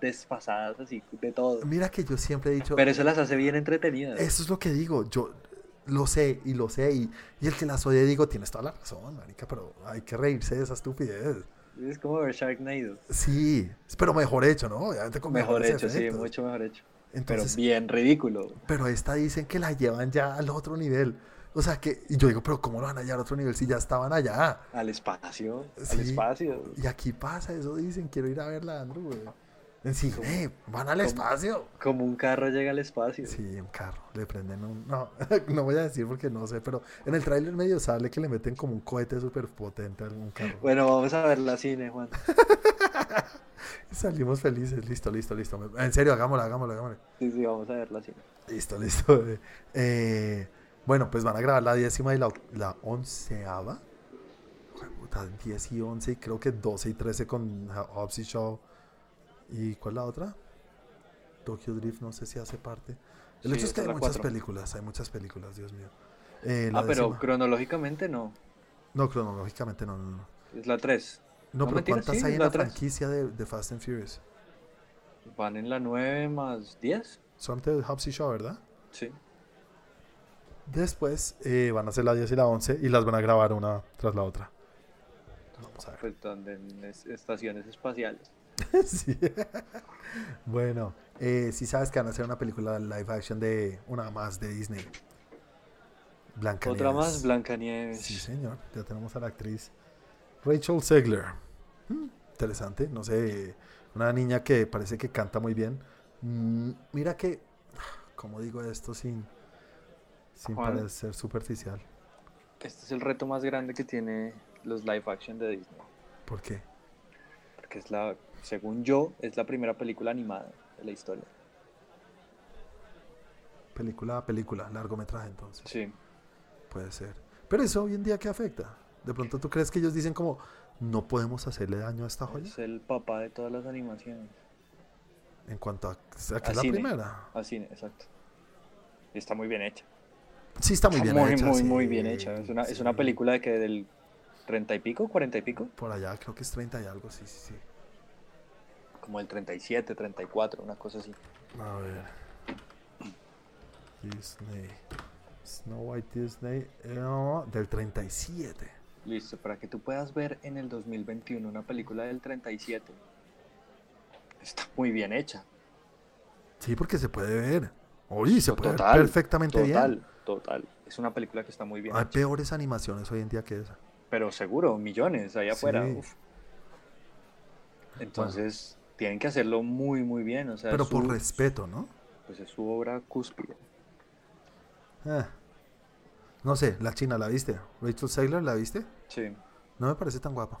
B: despasadas así de todo.
A: Mira que yo siempre he dicho,
B: Pero eso las hace bien entretenidas.
A: Eso es lo que digo. Yo lo sé y lo sé. Y, y el que las oye, digo, tienes toda la razón, marica, pero hay que reírse de esa estupidez.
B: Es como ver Sharknado.
A: Sí, pero mejor hecho, ¿no? Obviamente con
B: Mejor
A: mejores
B: hecho, sí,
A: efectos.
B: mucho mejor hecho.
A: Entonces,
B: pero
A: pero,
B: bien ridículo.
A: esta dicen que la llevan ya al otro nivel. O sea que, y yo digo, pero ¿cómo lo van a llevar a otro nivel si ya estaban allá?
B: Al espacio,
A: Sí.
B: al espacio.
A: Y aquí pasa, eso dicen, quiero ir a verla, Andrew, güey. En sí, eh, van al espacio.
B: Como un carro llega al espacio.
A: Sí, un carro, le prenden un... No, no voy a decir porque no sé, pero en el tráiler medio sale que le meten como un cohete súper potente a algún carro.
B: Bueno, vamos a ver la cine, Juan.
A: Y Salimos felices, listo, listo, listo. En serio, hagámoslo, hagámoslo, hagámoslo.
B: Sí, sí, vamos a ver la cine.
A: Listo, listo. Eh, bueno, pues van a grabar la décima y la, la onceava. Puta, 10 y 11 y creo que 12 y 13 con Hobbs y Shaw. ¿Y cuál es la otra? Tokyo Drift, no sé si hace parte. El
B: Sí,
A: hecho es que
B: esa
A: hay
B: es la
A: muchas
B: cuatro.
A: películas, hay muchas películas, Dios mío. Eh, la
B: Ah, pero
A: décima-
B: cronológicamente no.
A: No, cronológicamente no, no, no.
B: Es la 3.
A: No,
B: No,
A: pero
B: mentira,
A: ¿cuántas
B: sí,
A: hay en
B: la
A: la
B: tres.
A: franquicia de, de Fast and Furious?
B: Van en la 9 más 10.
A: Solamente de Hobbs y Shaw, ¿verdad?
B: Sí.
A: Después eh, van a hacer la 10 y la 11 y las van a grabar una tras la otra. Vamos a ver.
B: Pues donde en es- estaciones espaciales.
A: Sí. bueno, eh, si sabes que van a hacer una película live action de una más de Disney. Blanca
B: Otra más, Blancanieves.
A: Sí, señor. Ya tenemos a la actriz Rachel Segler. Mm, interesante, no sé. Una niña que parece que canta muy bien. Mm, mira que. ¿Cómo digo esto sin, sin
B: Juan.
A: parecer superficial?
B: Este es el reto más grande que tiene los live action de Disney.
A: ¿Por qué?
B: Porque es la, según yo, es la primera película animada de la historia.
A: Película a película, largometraje entonces.
B: Sí.
A: Puede ser. Pero eso hoy en día, ¿qué afecta? De pronto tú crees que ellos dicen como, no podemos hacerle daño a esta Ah, joya.
B: Es el papá de todas las animaciones.
A: En cuanto a, a que
B: A
A: es la
B: cine.
A: primera.
B: Así, Ah, exacto. Y está muy bien hecha.
A: Sí, está muy
B: Está
A: bien
B: muy,
A: hecha.
B: muy,
A: sí,
B: muy bien hecha. Es una, es una
A: sí.
B: película de que del 30 y pico, 40 y pico,
A: Por allá creo que es 30 y algo, sí, sí, sí.
B: como el 37, 34, una cosa así.
A: A ver. Disney. Snow White Disney. eh, del 37.
B: Listo, para que tú puedas ver en el 2021 una película del 37. Está muy bien hecha.
A: Sí, porque se puede ver. Oye, se puede
B: Total,
A: ver perfectamente
B: Total,
A: bien. Ah.
B: total. Es una película que está muy bien
A: Hay
B: hecha.
A: peores animaciones hoy en día que esa.
B: Pero seguro, millones allá
A: Sí.
B: afuera. uf. Entonces, tienen que hacerlo muy, muy bien. O sea,
A: Pero
B: es
A: por
B: su-
A: respeto, ¿no?
B: pues es su obra cúspide.
A: Eh. No sé, la china, ¿la viste? Rachel Segler, ¿la viste?
B: Sí.
A: No me parece tan guapa.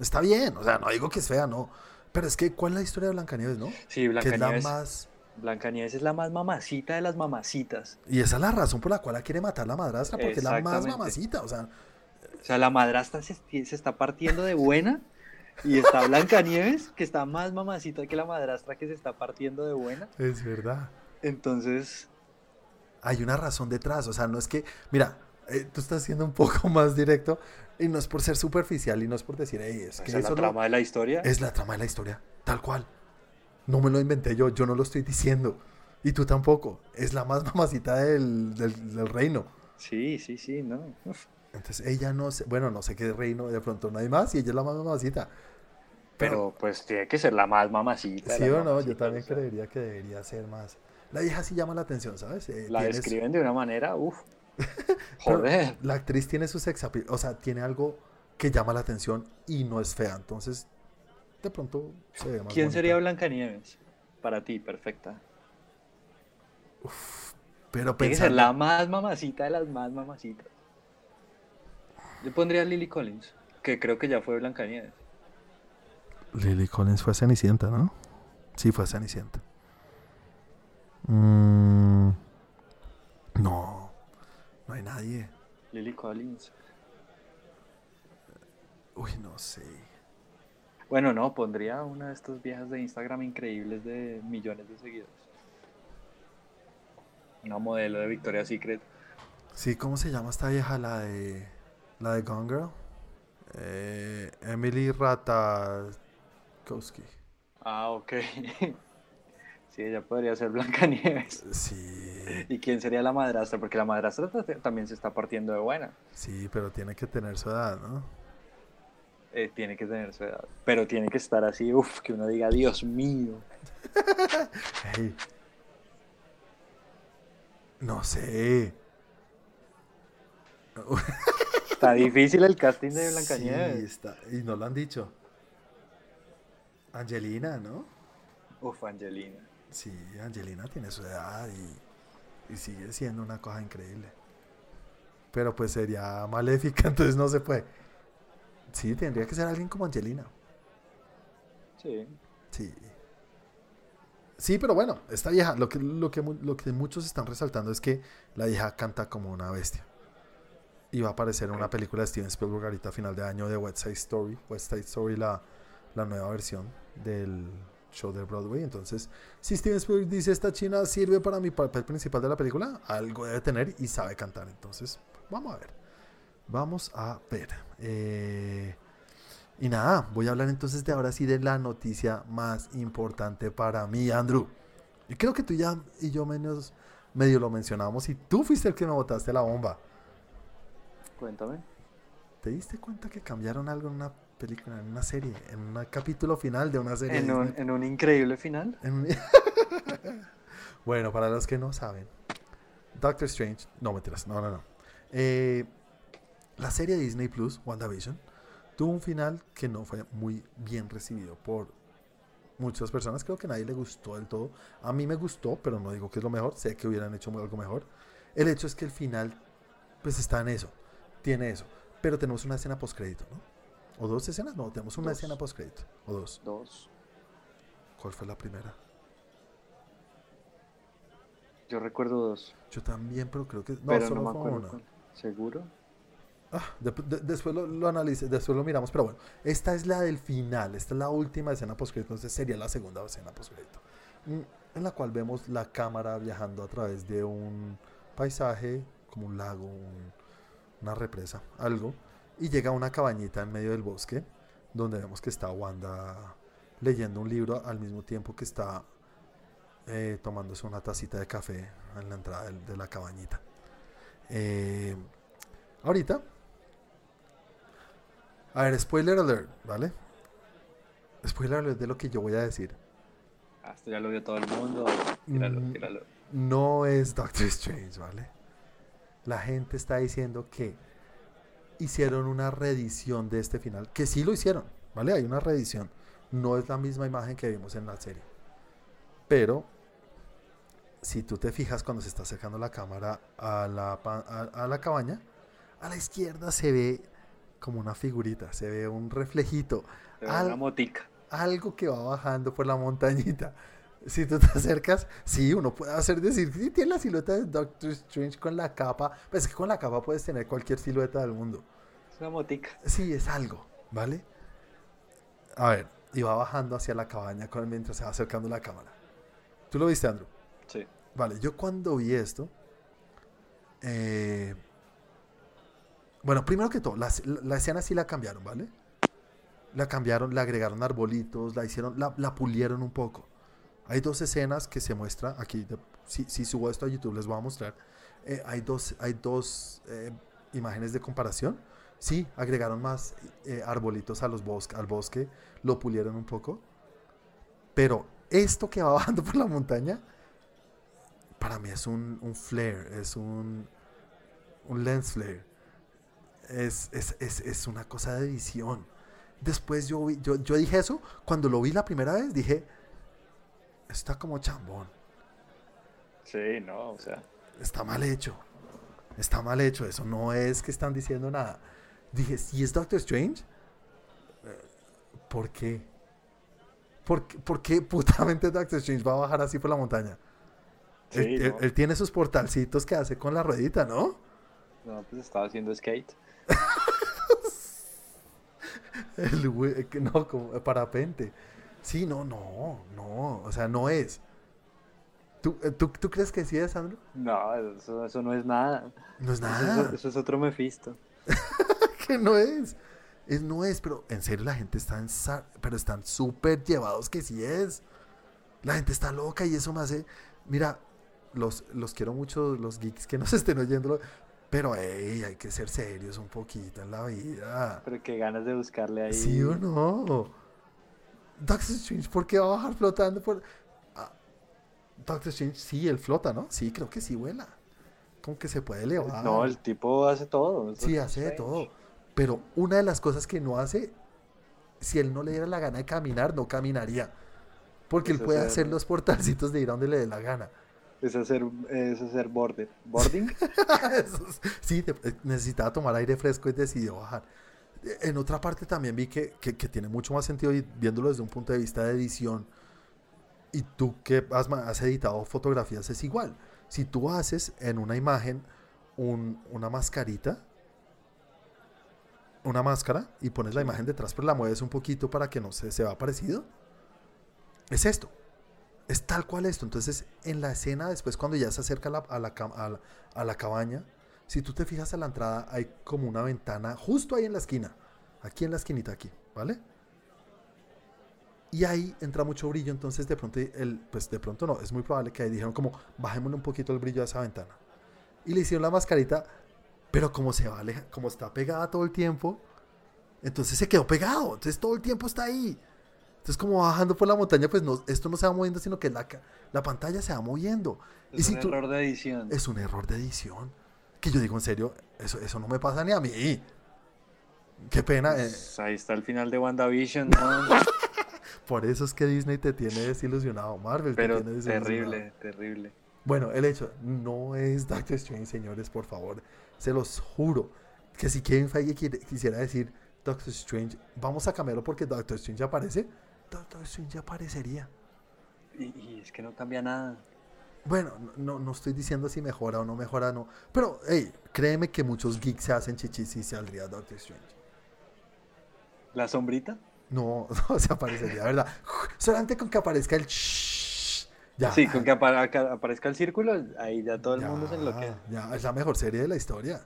A: Está bien, o sea, no digo que es fea, no. Pero es que, ¿cuál es la historia de Blancanieves, no?
B: Sí,
A: que es la
B: Blancanieves.
A: más.
B: Blancanieves es la más mamacita de las mamacitas.
A: Y esa es la razón por la cual la quiere matar la madrastra, porque es la más
B: Exactamente.
A: mamacita, o sea.
B: O sea, la madrastra se, esti- se está partiendo de buena y está Blancanieves, que está más mamacita que la madrastra que se está partiendo de buena.
A: Es verdad.
B: Entonces,
A: hay una razón detrás. O sea, no es que, mira, eh, tú estás siendo un poco más directo y no es por ser superficial y no es por decir, "Ey, es que
B: esa es la
A: eso no-
B: trama de la historia.
A: es la trama de la historia, tal cual. No me lo inventé yo, yo no lo estoy diciendo. Y tú tampoco. Es la más mamacita del, del- del reino.
B: Sí, sí, sí, no. Uf.
A: Entonces ella no sé, bueno, no sé qué reino, de pronto no hay más y ella es la más mamacita.
B: Pero pues tiene que ser la más mamacita.
A: Sí
B: la
A: o no, yo
B: mamacita,
A: también
B: o sea,
A: creería que debería ser más. La vieja sí llama la atención, ¿sabes? Eh,
B: La
A: tienes-
B: describen de una manera, uff.
A: Pero
B: Joder.
A: la actriz tiene su sex appeal, o sea, tiene algo que llama la atención y no es fea, entonces de pronto se ve más
B: ¿Quién
A: bonita.
B: sería Blancanieves? Para ti, perfecta.
A: Pero
B: Tiene que ser la
A: pensando,
B: más mamacita de las más mamacitas. Yo pondría a Lily Collins, que creo que ya fue Blancanieves.
A: Lily Collins fue Cenicienta, ¿no? Sí, fue Cenicienta. Mm, no, no hay nadie.
B: Lily Collins.
A: Uy, no sé.
B: Bueno, no, pondría a una de estas viejas de Instagram increíbles de millones de seguidores. Una modelo de Victoria's Secret.
A: Sí, ¿cómo se llama esta vieja? La de, la de Gone Girl. Eh, Emily Ratajkowski.
B: Ah, ok. sí, ella podría ser Blancanieves.
A: Sí.
B: ¿Y quién sería la madrastra? Porque la madrastra ta- también se está partiendo de buena.
A: Sí, pero tiene que tener su edad, ¿no?
B: Eh, tiene que tener su edad. Pero tiene que estar así, uff, que uno diga, Dios mío.
A: Ey. No sé.
B: Está difícil el casting de
A: Sí,
B: Blancanieves.
A: está- Y no lo han dicho. Angelina, ¿no?
B: Uf, Angelina.
A: Sí, Angelina tiene su edad y, y sigue siendo una cosa increíble. Pero pues sería maléfica, entonces no se puede. Sí, tendría que ser alguien como Angelina.
B: Sí.
A: Sí. Sí, pero bueno, esta vieja, lo que, lo, que, mu- lo que muchos están resaltando es que la vieja canta como una bestia. Y va a aparecer en una
B: Ok.
A: película de Steven Spielberg ahorita a final de año de West Side Story. West Side Story, la, la nueva versión del show de Broadway. Entonces, si Steven Spielberg dice esta china sirve para mi papel principal de la película, algo debe tener y sabe cantar. Entonces, vamos a ver. Vamos a ver. Eh, y nada, voy a hablar entonces de ahora sí de la noticia más importante para mí, Andrew. Y creo que tú ya y yo menos medio lo mencionamos y tú fuiste el que me botaste la bomba.
B: Cuéntame.
A: ¿Te diste cuenta que cambiaron algo en una película, en una serie, en un capítulo final de una serie?
B: En un,
A: Disney?
B: en un increíble final.
A: En un- bueno, para los que no saben, Doctor Strange, no mentiras, no, no, no. Eh, la serie de Disney Plus, WandaVision, tuvo un final que no fue muy bien recibido por muchas personas. Creo que a nadie le gustó del todo. A mí me gustó, pero no digo que es lo mejor. Sé que hubieran hecho algo mejor. El hecho es que el final, pues está en eso. Tiene eso. Pero tenemos una escena postcrédito, ¿no? ¿O dos escenas? No, tenemos una
B: Dos.
A: escena postcrédito. ¿O dos?
B: Dos.
A: ¿Cuál fue la primera?
B: Yo recuerdo dos.
A: Yo también, pero creo que. No,
B: pero
A: solo
B: no me
A: fue
B: acuerdo.
A: una.
B: cuál. ¿Seguro?
A: Ah, de- de- después lo, lo analice- después lo miramos. Pero bueno, esta es la del final. Esta es la última escena postcrédito. Entonces sería la segunda escena postcrédito. mm, En la cual vemos la cámara viajando a través de un paisaje, como un lago, un- una represa, algo. Y llega a una cabañita en medio del bosque, donde vemos que está Wanda leyendo un libro al mismo tiempo que está eh, tomándose una tacita de café en la entrada del- de, la cabañita. Eh, ahorita. A ver, spoiler alert, ¿vale? Spoiler alert de lo que yo voy a decir.
B: Ah, esto ya lo vio todo el mundo. Tíralo,
A: Mm.
B: tíralo.
A: No es Doctor Strange, ¿vale? La gente está diciendo que hicieron una reedición de este final, que sí lo hicieron, ¿vale? Hay una reedición. No es la misma imagen que vimos en la serie. Pero, si tú te fijas cuando se está acercando la cámara a la, pa- a- a la cabaña, a la izquierda se ve como una figurita, se ve un reflejito,
B: Se ve una
A: Al-
B: motica.
A: algo que va bajando por la montañita. Si tú te acercas, sí, uno puede hacer decir, sí, tiene la silueta de Doctor Strange con la capa, pues es que con la capa puedes tener cualquier silueta del mundo.
B: Es una motica.
A: Sí, es algo, ¿vale? A ver, y va bajando hacia la cabaña con, mientras se va acercando la cámara. ¿Tú lo viste, Andrew?
B: Sí.
A: Vale, yo cuando vi esto. eh, bueno, primero que todo, la, es- la- la escena sí la cambiaron, ¿vale? La cambiaron, le agregaron arbolitos, la hicieron, la, la pulieron un poco. Hay dos escenas que se muestra aquí. de- si, si subo esto a YouTube, les voy a mostrar. Eh, hay dos, hay dos eh, imágenes de comparación. Sí, agregaron más eh, arbolitos a los bosque, al bosque, lo pulieron un poco. Pero esto que va bajando por la montaña, para mí es un, un flare, es un, un lens flare. Es, es- es- es una cosa de visión. Después yo, vi- yo, yo dije eso, cuando lo vi la primera vez dije, está como chambón,
B: Sí, no, o sea.
A: está mal hecho, está mal hecho, eso no es que están diciendo nada. Dije, si es Doctor Strange, eh, ¿por qué? ¿Por, qué- por qué putamente Doctor Strange va a bajar así por la montaña?
B: Sí,
A: él, él-
B: no.
A: él tiene sus portalcitos que hace con la ruedita, ¿no?
B: No, pues estaba haciendo skate.
A: El güe- que no, como eh, parapente. Sí, no, no, no. O sea, no es. ¿Tú, eh, tú, tú crees que sí es, Sandro?
B: No, eso, eso no es nada.
A: No es
B: Eso,
A: nada.
B: es- eso es otro Mephisto.
A: que no es. Es, no es, pero en serio la gente está en sa- pero están súper llevados que sí es. La gente está loca y eso me hace. Mira, los, los quiero mucho, los geeks que nos estén oyendo, pero ey, hay que ser serios un poquito en la vida.
B: Pero qué ganas de buscarle ahí.
A: ¿Sí o no? Doctor Strange, ¿por qué va a bajar flotando? Por... Ah, Doctor Strange, sí, él flota, ¿no? Sí, creo que sí vuela. Como que se puede elevar.
B: No, el tipo hace todo. es
A: Sí,
B: Doctor
A: hace de
B: Strange.
A: todo. Pero una de las cosas que no hace, si él no le diera la gana de caminar, no caminaría. Porque él
B: Eso
A: puede
B: sí,
A: hacer
B: ¿no?
A: los portalcitos de ir a donde le dé la gana.
B: Es hacer, es hacer border. boarding.
A: Eso es- sí, de- eh, necesitaba tomar aire fresco y decidió bajar. Eh, En otra parte también vi que, que- que tiene mucho más sentido y viéndolo desde un punto de vista de edición. Y tú que has, ma- has editado fotografías es igual. Si tú haces en una imagen un- una mascarita, una máscara, y pones la imagen detrás, pero la mueves un poquito para que no se, se vea parecido, es esto. Es tal cual esto. Entonces, en la escena, después cuando ya se acerca a la, a la cam- a la- a la cabaña, si tú te fijas a la entrada, hay como una ventana justo ahí en la esquina. Aquí en la esquinita, aquí, ¿vale? Y ahí entra mucho brillo, entonces de pronto, el, pues de pronto no, es muy probable que ahí dijeron como, bajémosle un poquito el brillo a esa ventana. Y le hicieron la mascarita, pero como se va aleja- como está pegada todo el tiempo, entonces se quedó pegado, entonces todo el tiempo está ahí. Entonces como va bajando por la montaña, pues no, esto no se va moviendo, sino que la, ca- la pantalla se va moviendo. Y
B: Es
A: si
B: un
A: tú-
B: error de edición.
A: es un error de edición. Que yo digo, en serio, eso, eso no me pasa ni a mí. Qué pena. eh,
B: Pues ahí está el final de WandaVision. ¿no?
A: Por eso es que Disney te tiene desilusionado. Marvel
B: Pero
A: te tiene desilusionado.
B: terrible, terrible.
A: Bueno, el hecho, no es Doctor Strange, señores, por favor. Se los juro. Que si Kevin Feige quiere- quisiera decir Doctor Strange, vamos a cambiarlo porque Doctor Strange aparece, Doctor Strange aparecería.
B: Y, y es que no cambia nada.
A: Bueno, no, no estoy diciendo si mejora o no mejora, no. Pero, hey, créeme que muchos geeks se hacen chichis y saldría Doctor Strange.
B: La sombrita.
A: No, no se aparecería, ¿verdad? Solamente con que aparezca el shhh, ya.
B: Sí, con que apa- aca- aparezca el círculo, ahí ya todo el mundo se enloquece.
A: ya, ya, es la mejor serie de la historia.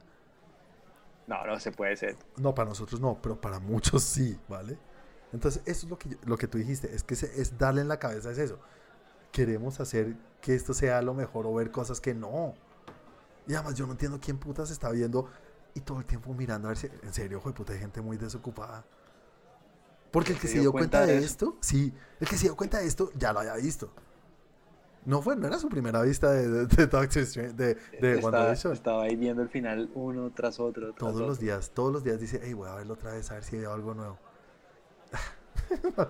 B: No, no se puede ser.
A: No, para nosotros no, pero para muchos sí, ¿vale? Entonces, eso es lo que, yo- lo que tú dijiste, es que se- es darle en la cabeza, es eso. Queremos hacer que esto sea lo mejor o ver cosas que no. Y además, yo no entiendo quién putas está viendo y todo el tiempo mirando a ver si. En serio, hijo de puta, hay gente muy desocupada. Porque el que se dio cuenta, de,
B: eso.
A: esto, sí, el que se dio cuenta de esto ya lo había visto. No fue, no era su primera vista de, de, de Doctor Strange- de, de
B: Este Está-
A: WandaVision.
B: estaba ahí viendo el final uno tras otro. tras
A: Todos
B: otro.
A: los días, todos los días dice, hey, voy a verlo otra vez, a ver si veo algo nuevo.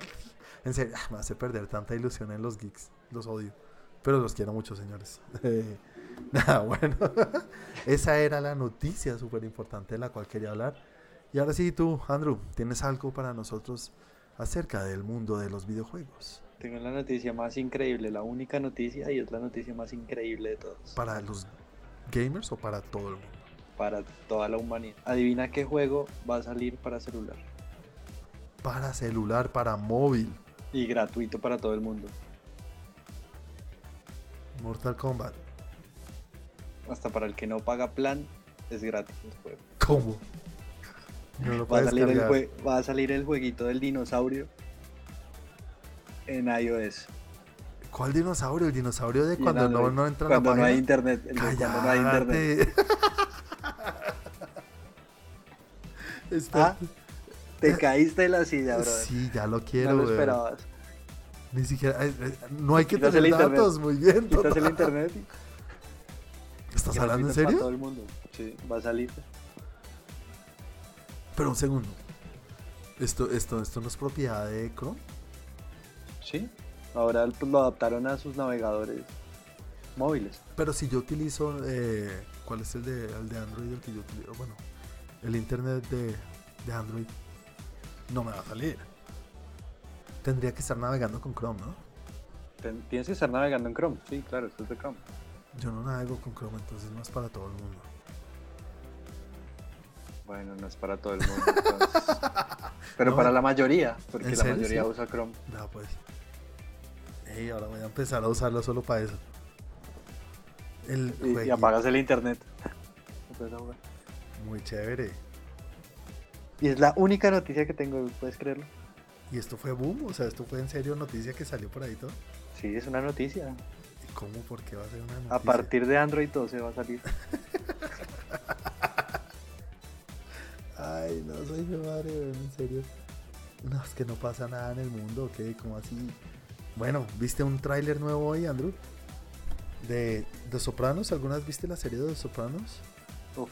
A: en serio, ah, me hace perder tanta ilusión en los geeks, los odio. Pero los quiero mucho, señores. Eh, nada, bueno. Esa era la noticia súper importante de la cual quería hablar. Y ahora sí, tú, Andrew, ¿tienes algo para nosotros acerca del mundo de los videojuegos?
B: Tengo la noticia más increíble, la única noticia y es la noticia más increíble de todas.
A: ¿Para los gamers o para todo el mundo?
B: Para toda la humanidad. Adivina qué juego va a salir para celular.
A: Para celular, para móvil.
B: Y gratuito para todo el mundo.
A: Mortal Kombat.
B: Hasta para el que no paga plan, es gratis el juego.
A: ¿Cómo? No lo
B: Va a,
A: Pues, puedes
B: salir el
A: cargar.
B: jue- va a salir el jueguito del dinosaurio en iOS.
A: ¿Cuál dinosaurio? El dinosaurio de
B: Y en
A: cuando no,
B: Android.
A: no entra
B: cuando
A: la
B: no
A: página.
B: hay internet. el de cuando no hay internet.
A: Cállate. Espera.
B: Ah, te caíste de la silla, bro.
A: sí, ya lo
B: no
A: quiero,
B: lo
A: weón.
B: esperabas.
A: Ni siquiera. eh, eh, no hay que
B: Quitas
A: tener
B: el internet.
A: datos, muy bien.
B: Quitas el
A: total.
B: internet. y
A: ¿Estás
B: gratuito
A: hablando en
B: Para todo
A: serio?
B: el mundo. Sí, va a salir.
A: Pero un segundo. Esto, esto, esto no es propiedad de Chrome.
B: Sí. Ahora pues, lo adaptaron a sus navegadores móviles.
A: Pero si yo utilizo. eh, ¿Cuál es el de, el de Android? El que yo utilizo. Bueno, el internet de, de Android. No me va a salir. Tendría que estar navegando con Chrome, ¿no?
B: Ten- Tienes que estar navegando en Chrome. Sí, claro, esto es de Chrome.
A: Yo no navego con Chrome, entonces no es para todo el mundo.
B: Bueno, no es para todo el mundo. entonces. Pero
A: No.
B: para la mayoría, porque
A: ¿En
B: la
A: serio?
B: mayoría
A: Sí.
B: usa Chrome.
A: Nada, pues. Ey, ahora voy a empezar a usarlo solo para eso. El
B: Y- Y,
A: jueguito,
B: apagas el internet. Entonces, ahora-
A: Muy chévere.
B: Y es la única noticia que tengo, ¿puedes creerlo?
A: Y esto fue boom, o sea, esto fue en serio noticia que salió por ahí todo.
B: Sí, es una noticia.
A: ¿Y ¿Cómo? ¿Por qué va a ser una noticia?
B: A partir de Android 12 va a salir.
A: Ay, no soy mi madre, weón, en serio. No, es que no pasa nada en el mundo, ¿qué? ¿Cómo así? Bueno, ¿viste un tráiler nuevo hoy, Andrew? De, de Sopranos, ¿alguna vez viste la serie de Sopranos?
B: Uf,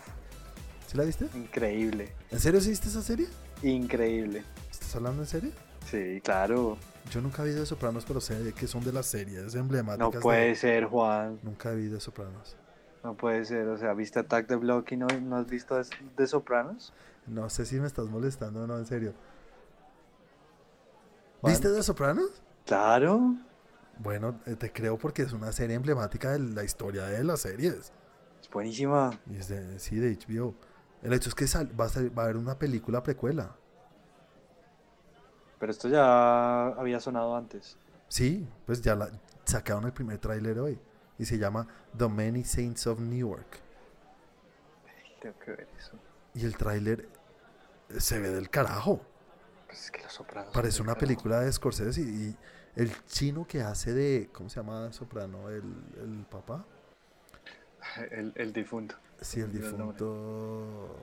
A: ¿Sí la viste?
B: increíble.
A: ¿En serio sí viste esa serie?
B: Increíble.
A: ¿Estás hablando en serio?
B: Sí, claro.
A: Yo nunca vi de Sopranos, pero sé de que son de las series emblemáticas.
B: No pues.
A: de-
B: puede ser, Juan.
A: Nunca vi de Sopranos.
B: No puede ser. O sea, ¿viste Attack the Block y no, no has visto es- The Sopranos?
A: No sé si me estás molestando o no, en serio.
B: Juan.
A: ¿Viste de Sopranos?
B: Claro.
A: Bueno, eh, te creo porque es una serie emblemática de la historia de las series.
B: Es buenísima.
A: Y es de, sí, de HBO. El hecho es que sal- va, a sal- va a haber una película precuela.
B: Pero esto ya había sonado antes.
A: Sí, pues ya la sacaron el primer tráiler hoy. Y se llama The Many Saints of Newark.
B: Tengo que ver eso.
A: Y el tráiler eh, se ve del carajo.
B: Pues es que Los Sopranos.
A: Parece
B: son
A: una
B: del carajo.
A: película de Scorsese y, y el chino que hace de. ¿Cómo se llama Soprano? ¿El, el papá?
B: El, el difunto.
A: Sí, el
B: Se me olvidó el nombre.
A: difunto.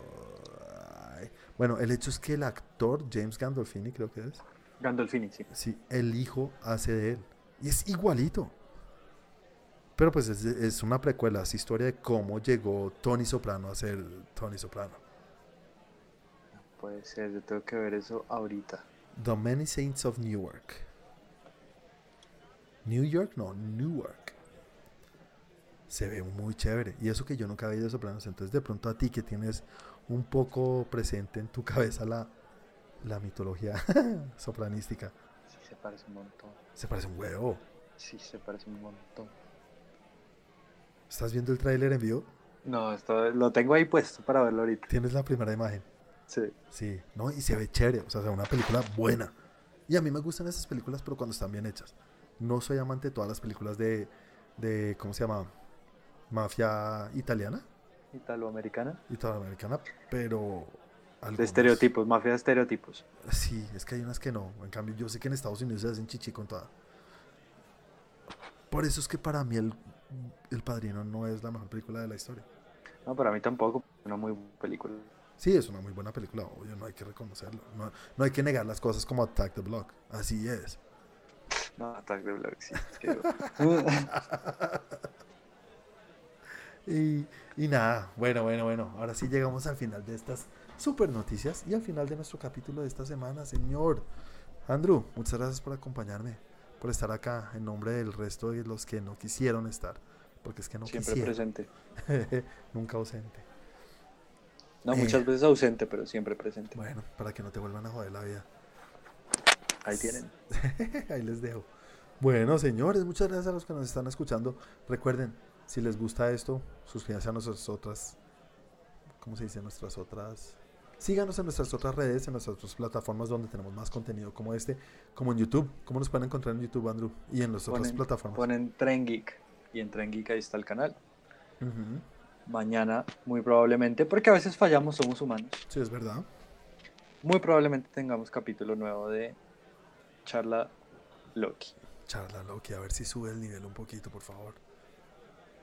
A: Ay. Bueno, el hecho es que el actor James Gandolfini, creo que es.
B: Gandolfini, sí.
A: Sí, el hijo hace de él. Y es igualito. Pero pues es, es una precuela, es historia de cómo llegó Tony Soprano a ser Tony Soprano.
B: Puede ser, yo tengo que ver eso ahorita.
A: The Many Saints of Newark. New York, no, Newark. Se ve muy chévere. Y eso que yo nunca había ido a Sopranos. Entonces, de pronto a ti que tienes un poco presente en tu cabeza la, la mitología sopranística,
B: Sí, se parece un montón.
A: se parece un huevo.
B: Sí, se parece un montón.
A: ¿Estás viendo el tráiler en vivo?
B: No, esto lo tengo ahí puesto para verlo ahorita.
A: Tienes la primera imagen.
B: Sí.
A: Sí, ¿no? Y se ve chévere. O sea, es una película buena. Y a mí me gustan esas películas, pero cuando están bien hechas. No soy amante de todas las películas de, de ¿cómo se llama? Mafia italiana,
B: Italoamericana.
A: italoamericana, pero...
B: De
A: algunas-
B: estereotipos, mafia de estereotipos.
A: Sí, es que hay unas que no. En cambio, yo sé que en Estados Unidos se hacen chichi con toda. Por eso es que para mí el, el Padrino no es la mejor película de la historia.
B: No, para mí tampoco. Una muy buena película.
A: Sí, es una muy buena película, obvio, no hay que reconocerlo. No, no hay que negar las cosas como Attack the Block. Así es.
B: No, Attack the Block, sí. es que- uh,
A: Y, y nada, bueno, bueno, bueno. Ahora sí llegamos al final de estas super noticias y al final de nuestro capítulo de esta semana, señor. Andrew, muchas gracias por acompañarme, por estar acá en nombre del resto de los que no quisieron estar. Porque es que no
B: siempre
A: quisieron.
B: presente.
A: Nunca ausente.
B: No, muchas veces ausente, pero siempre presente.
A: Eh, Bueno, para que no te vuelvan a joder la vida.
B: Ahí tienen.
A: Ahí les dejo. Bueno, señores, muchas gracias a los que nos están escuchando. Recuerden, si les gusta esto, suscríbanse a nuestras otras. ¿Cómo se dice? Nuestras otras. Síganos en nuestras otras redes, en nuestras otras plataformas donde tenemos más contenido como este, como en YouTube. ¿Cómo nos pueden encontrar en YouTube, Andrew? Y en nuestras otras
B: Ponen,
A: plataformas.
B: ponen Tren Geek y en Tren Geek ahí está el canal.
A: Ujú.
B: Mañana, muy probablemente, porque a veces fallamos, somos humanos.
A: Sí, es verdad.
B: Muy probablemente tengamos capítulo nuevo de Charla Loki.
A: Charla Loki, a ver si sube el nivel un poquito, por favor.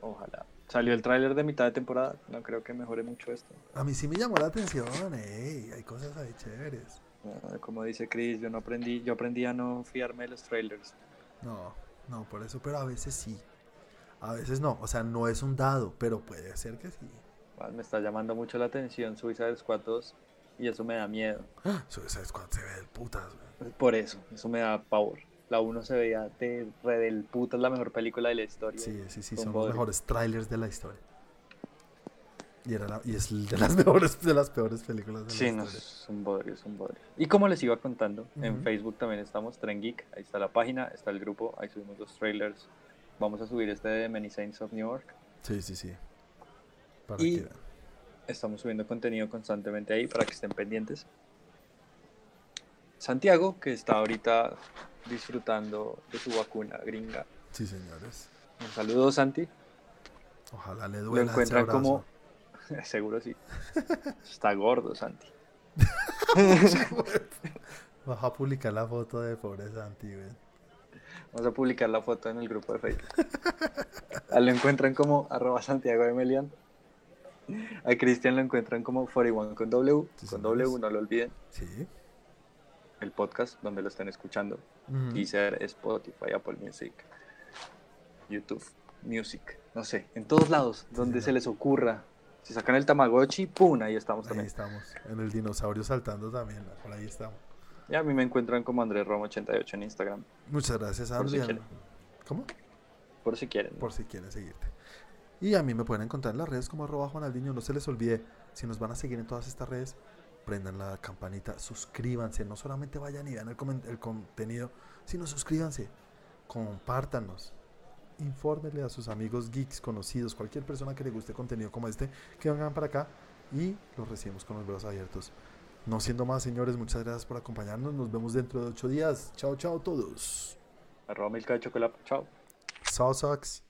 B: Ojalá. Salió el tráiler de mitad de temporada. No creo que mejore mucho esto.
A: A mí sí me llamó la atención, ey, hay cosas ahí chéveres.
B: Ah, Como dice Chris, yo no aprendí, yo aprendí a no fiarme de los trailers.
A: No, no, por eso, pero a veces sí. A veces no, o sea, no es un dado, pero puede ser que sí.
B: Ah, Me está llamando mucho la atención Suicide Squad 2 y eso me da miedo.
A: Suicide Squad se ve del putas, güey.
B: Por eso, eso me da pavor. La 1 se veía de re del puta, es la mejor película de la historia.
A: Sí, sí, sí,
B: Con
A: son los
B: Bodri.
A: mejores trailers de la historia. Y, era la- y es de las mejores, de las peores películas de la
B: Sí, no,
A: historia.
B: es un bodrio, es un bodrio. Y como les iba contando, en
A: Ujú.
B: Facebook también estamos, Tren Geek, ahí está la página, está el grupo, ahí subimos los trailers. Vamos a subir este de Many Saints of New York.
A: Sí, sí, sí. Para
B: Y-
A: que vean.
B: Estamos subiendo contenido constantemente ahí para que estén pendientes. Santiago, que está ahorita disfrutando de su vacuna gringa.
A: Sí, señores.
B: Un saludo, Santi.
A: Ojalá le
B: Lo
A: duela ese
B: encuentran
A: brazo.
B: como... Seguro sí. Está gordo, Santi.
A: Vas a publicar la foto de pobre Santi, güey.
B: Vamos a publicar la foto en el grupo de Facebook. A lo encuentran como arroba Santiago de Melian. A Cristian lo encuentran como 41 con W.
A: Sí,
B: con
A: señores.
B: W, no lo olviden.
A: Sí.
B: El podcast donde lo estén escuchando.
A: Ujú.
B: Deezer, Spotify, Apple Music, YouTube Music. No sé, en todos lados, donde
A: señor.
B: se les ocurra. Si sacan el Tamagotchi, ¡pum! Ahí estamos
A: Ahí
B: también.
A: estamos, en el dinosaurio saltando también, por ahí estamos.
B: Y a mí me encuentran como Andrés Romo 88 en Instagram.
A: Muchas gracias,
B: Por si
A: Andrea.
B: quieren.
A: ¿Cómo?
B: Por si quieren.
A: Por si quieren seguirte. Y a mí me pueden encontrar en las redes como arroba Juanaldiño. No se les olvide, si nos van a seguir en todas estas redes, prendan la campanita, suscríbanse. No solamente vayan y vean el, comen- el contenido, sino suscríbanse, compártanos. Infórmenle a sus amigos geeks, conocidos, cualquier persona que le guste contenido como este, que vengan para acá y los recibimos con los brazos abiertos. No siendo más, señores, muchas gracias por acompañarnos. Nos vemos dentro de ocho días. Chao, chao a todos.
B: Arroba Milka de Chocolate. Chao.
A: Sausax.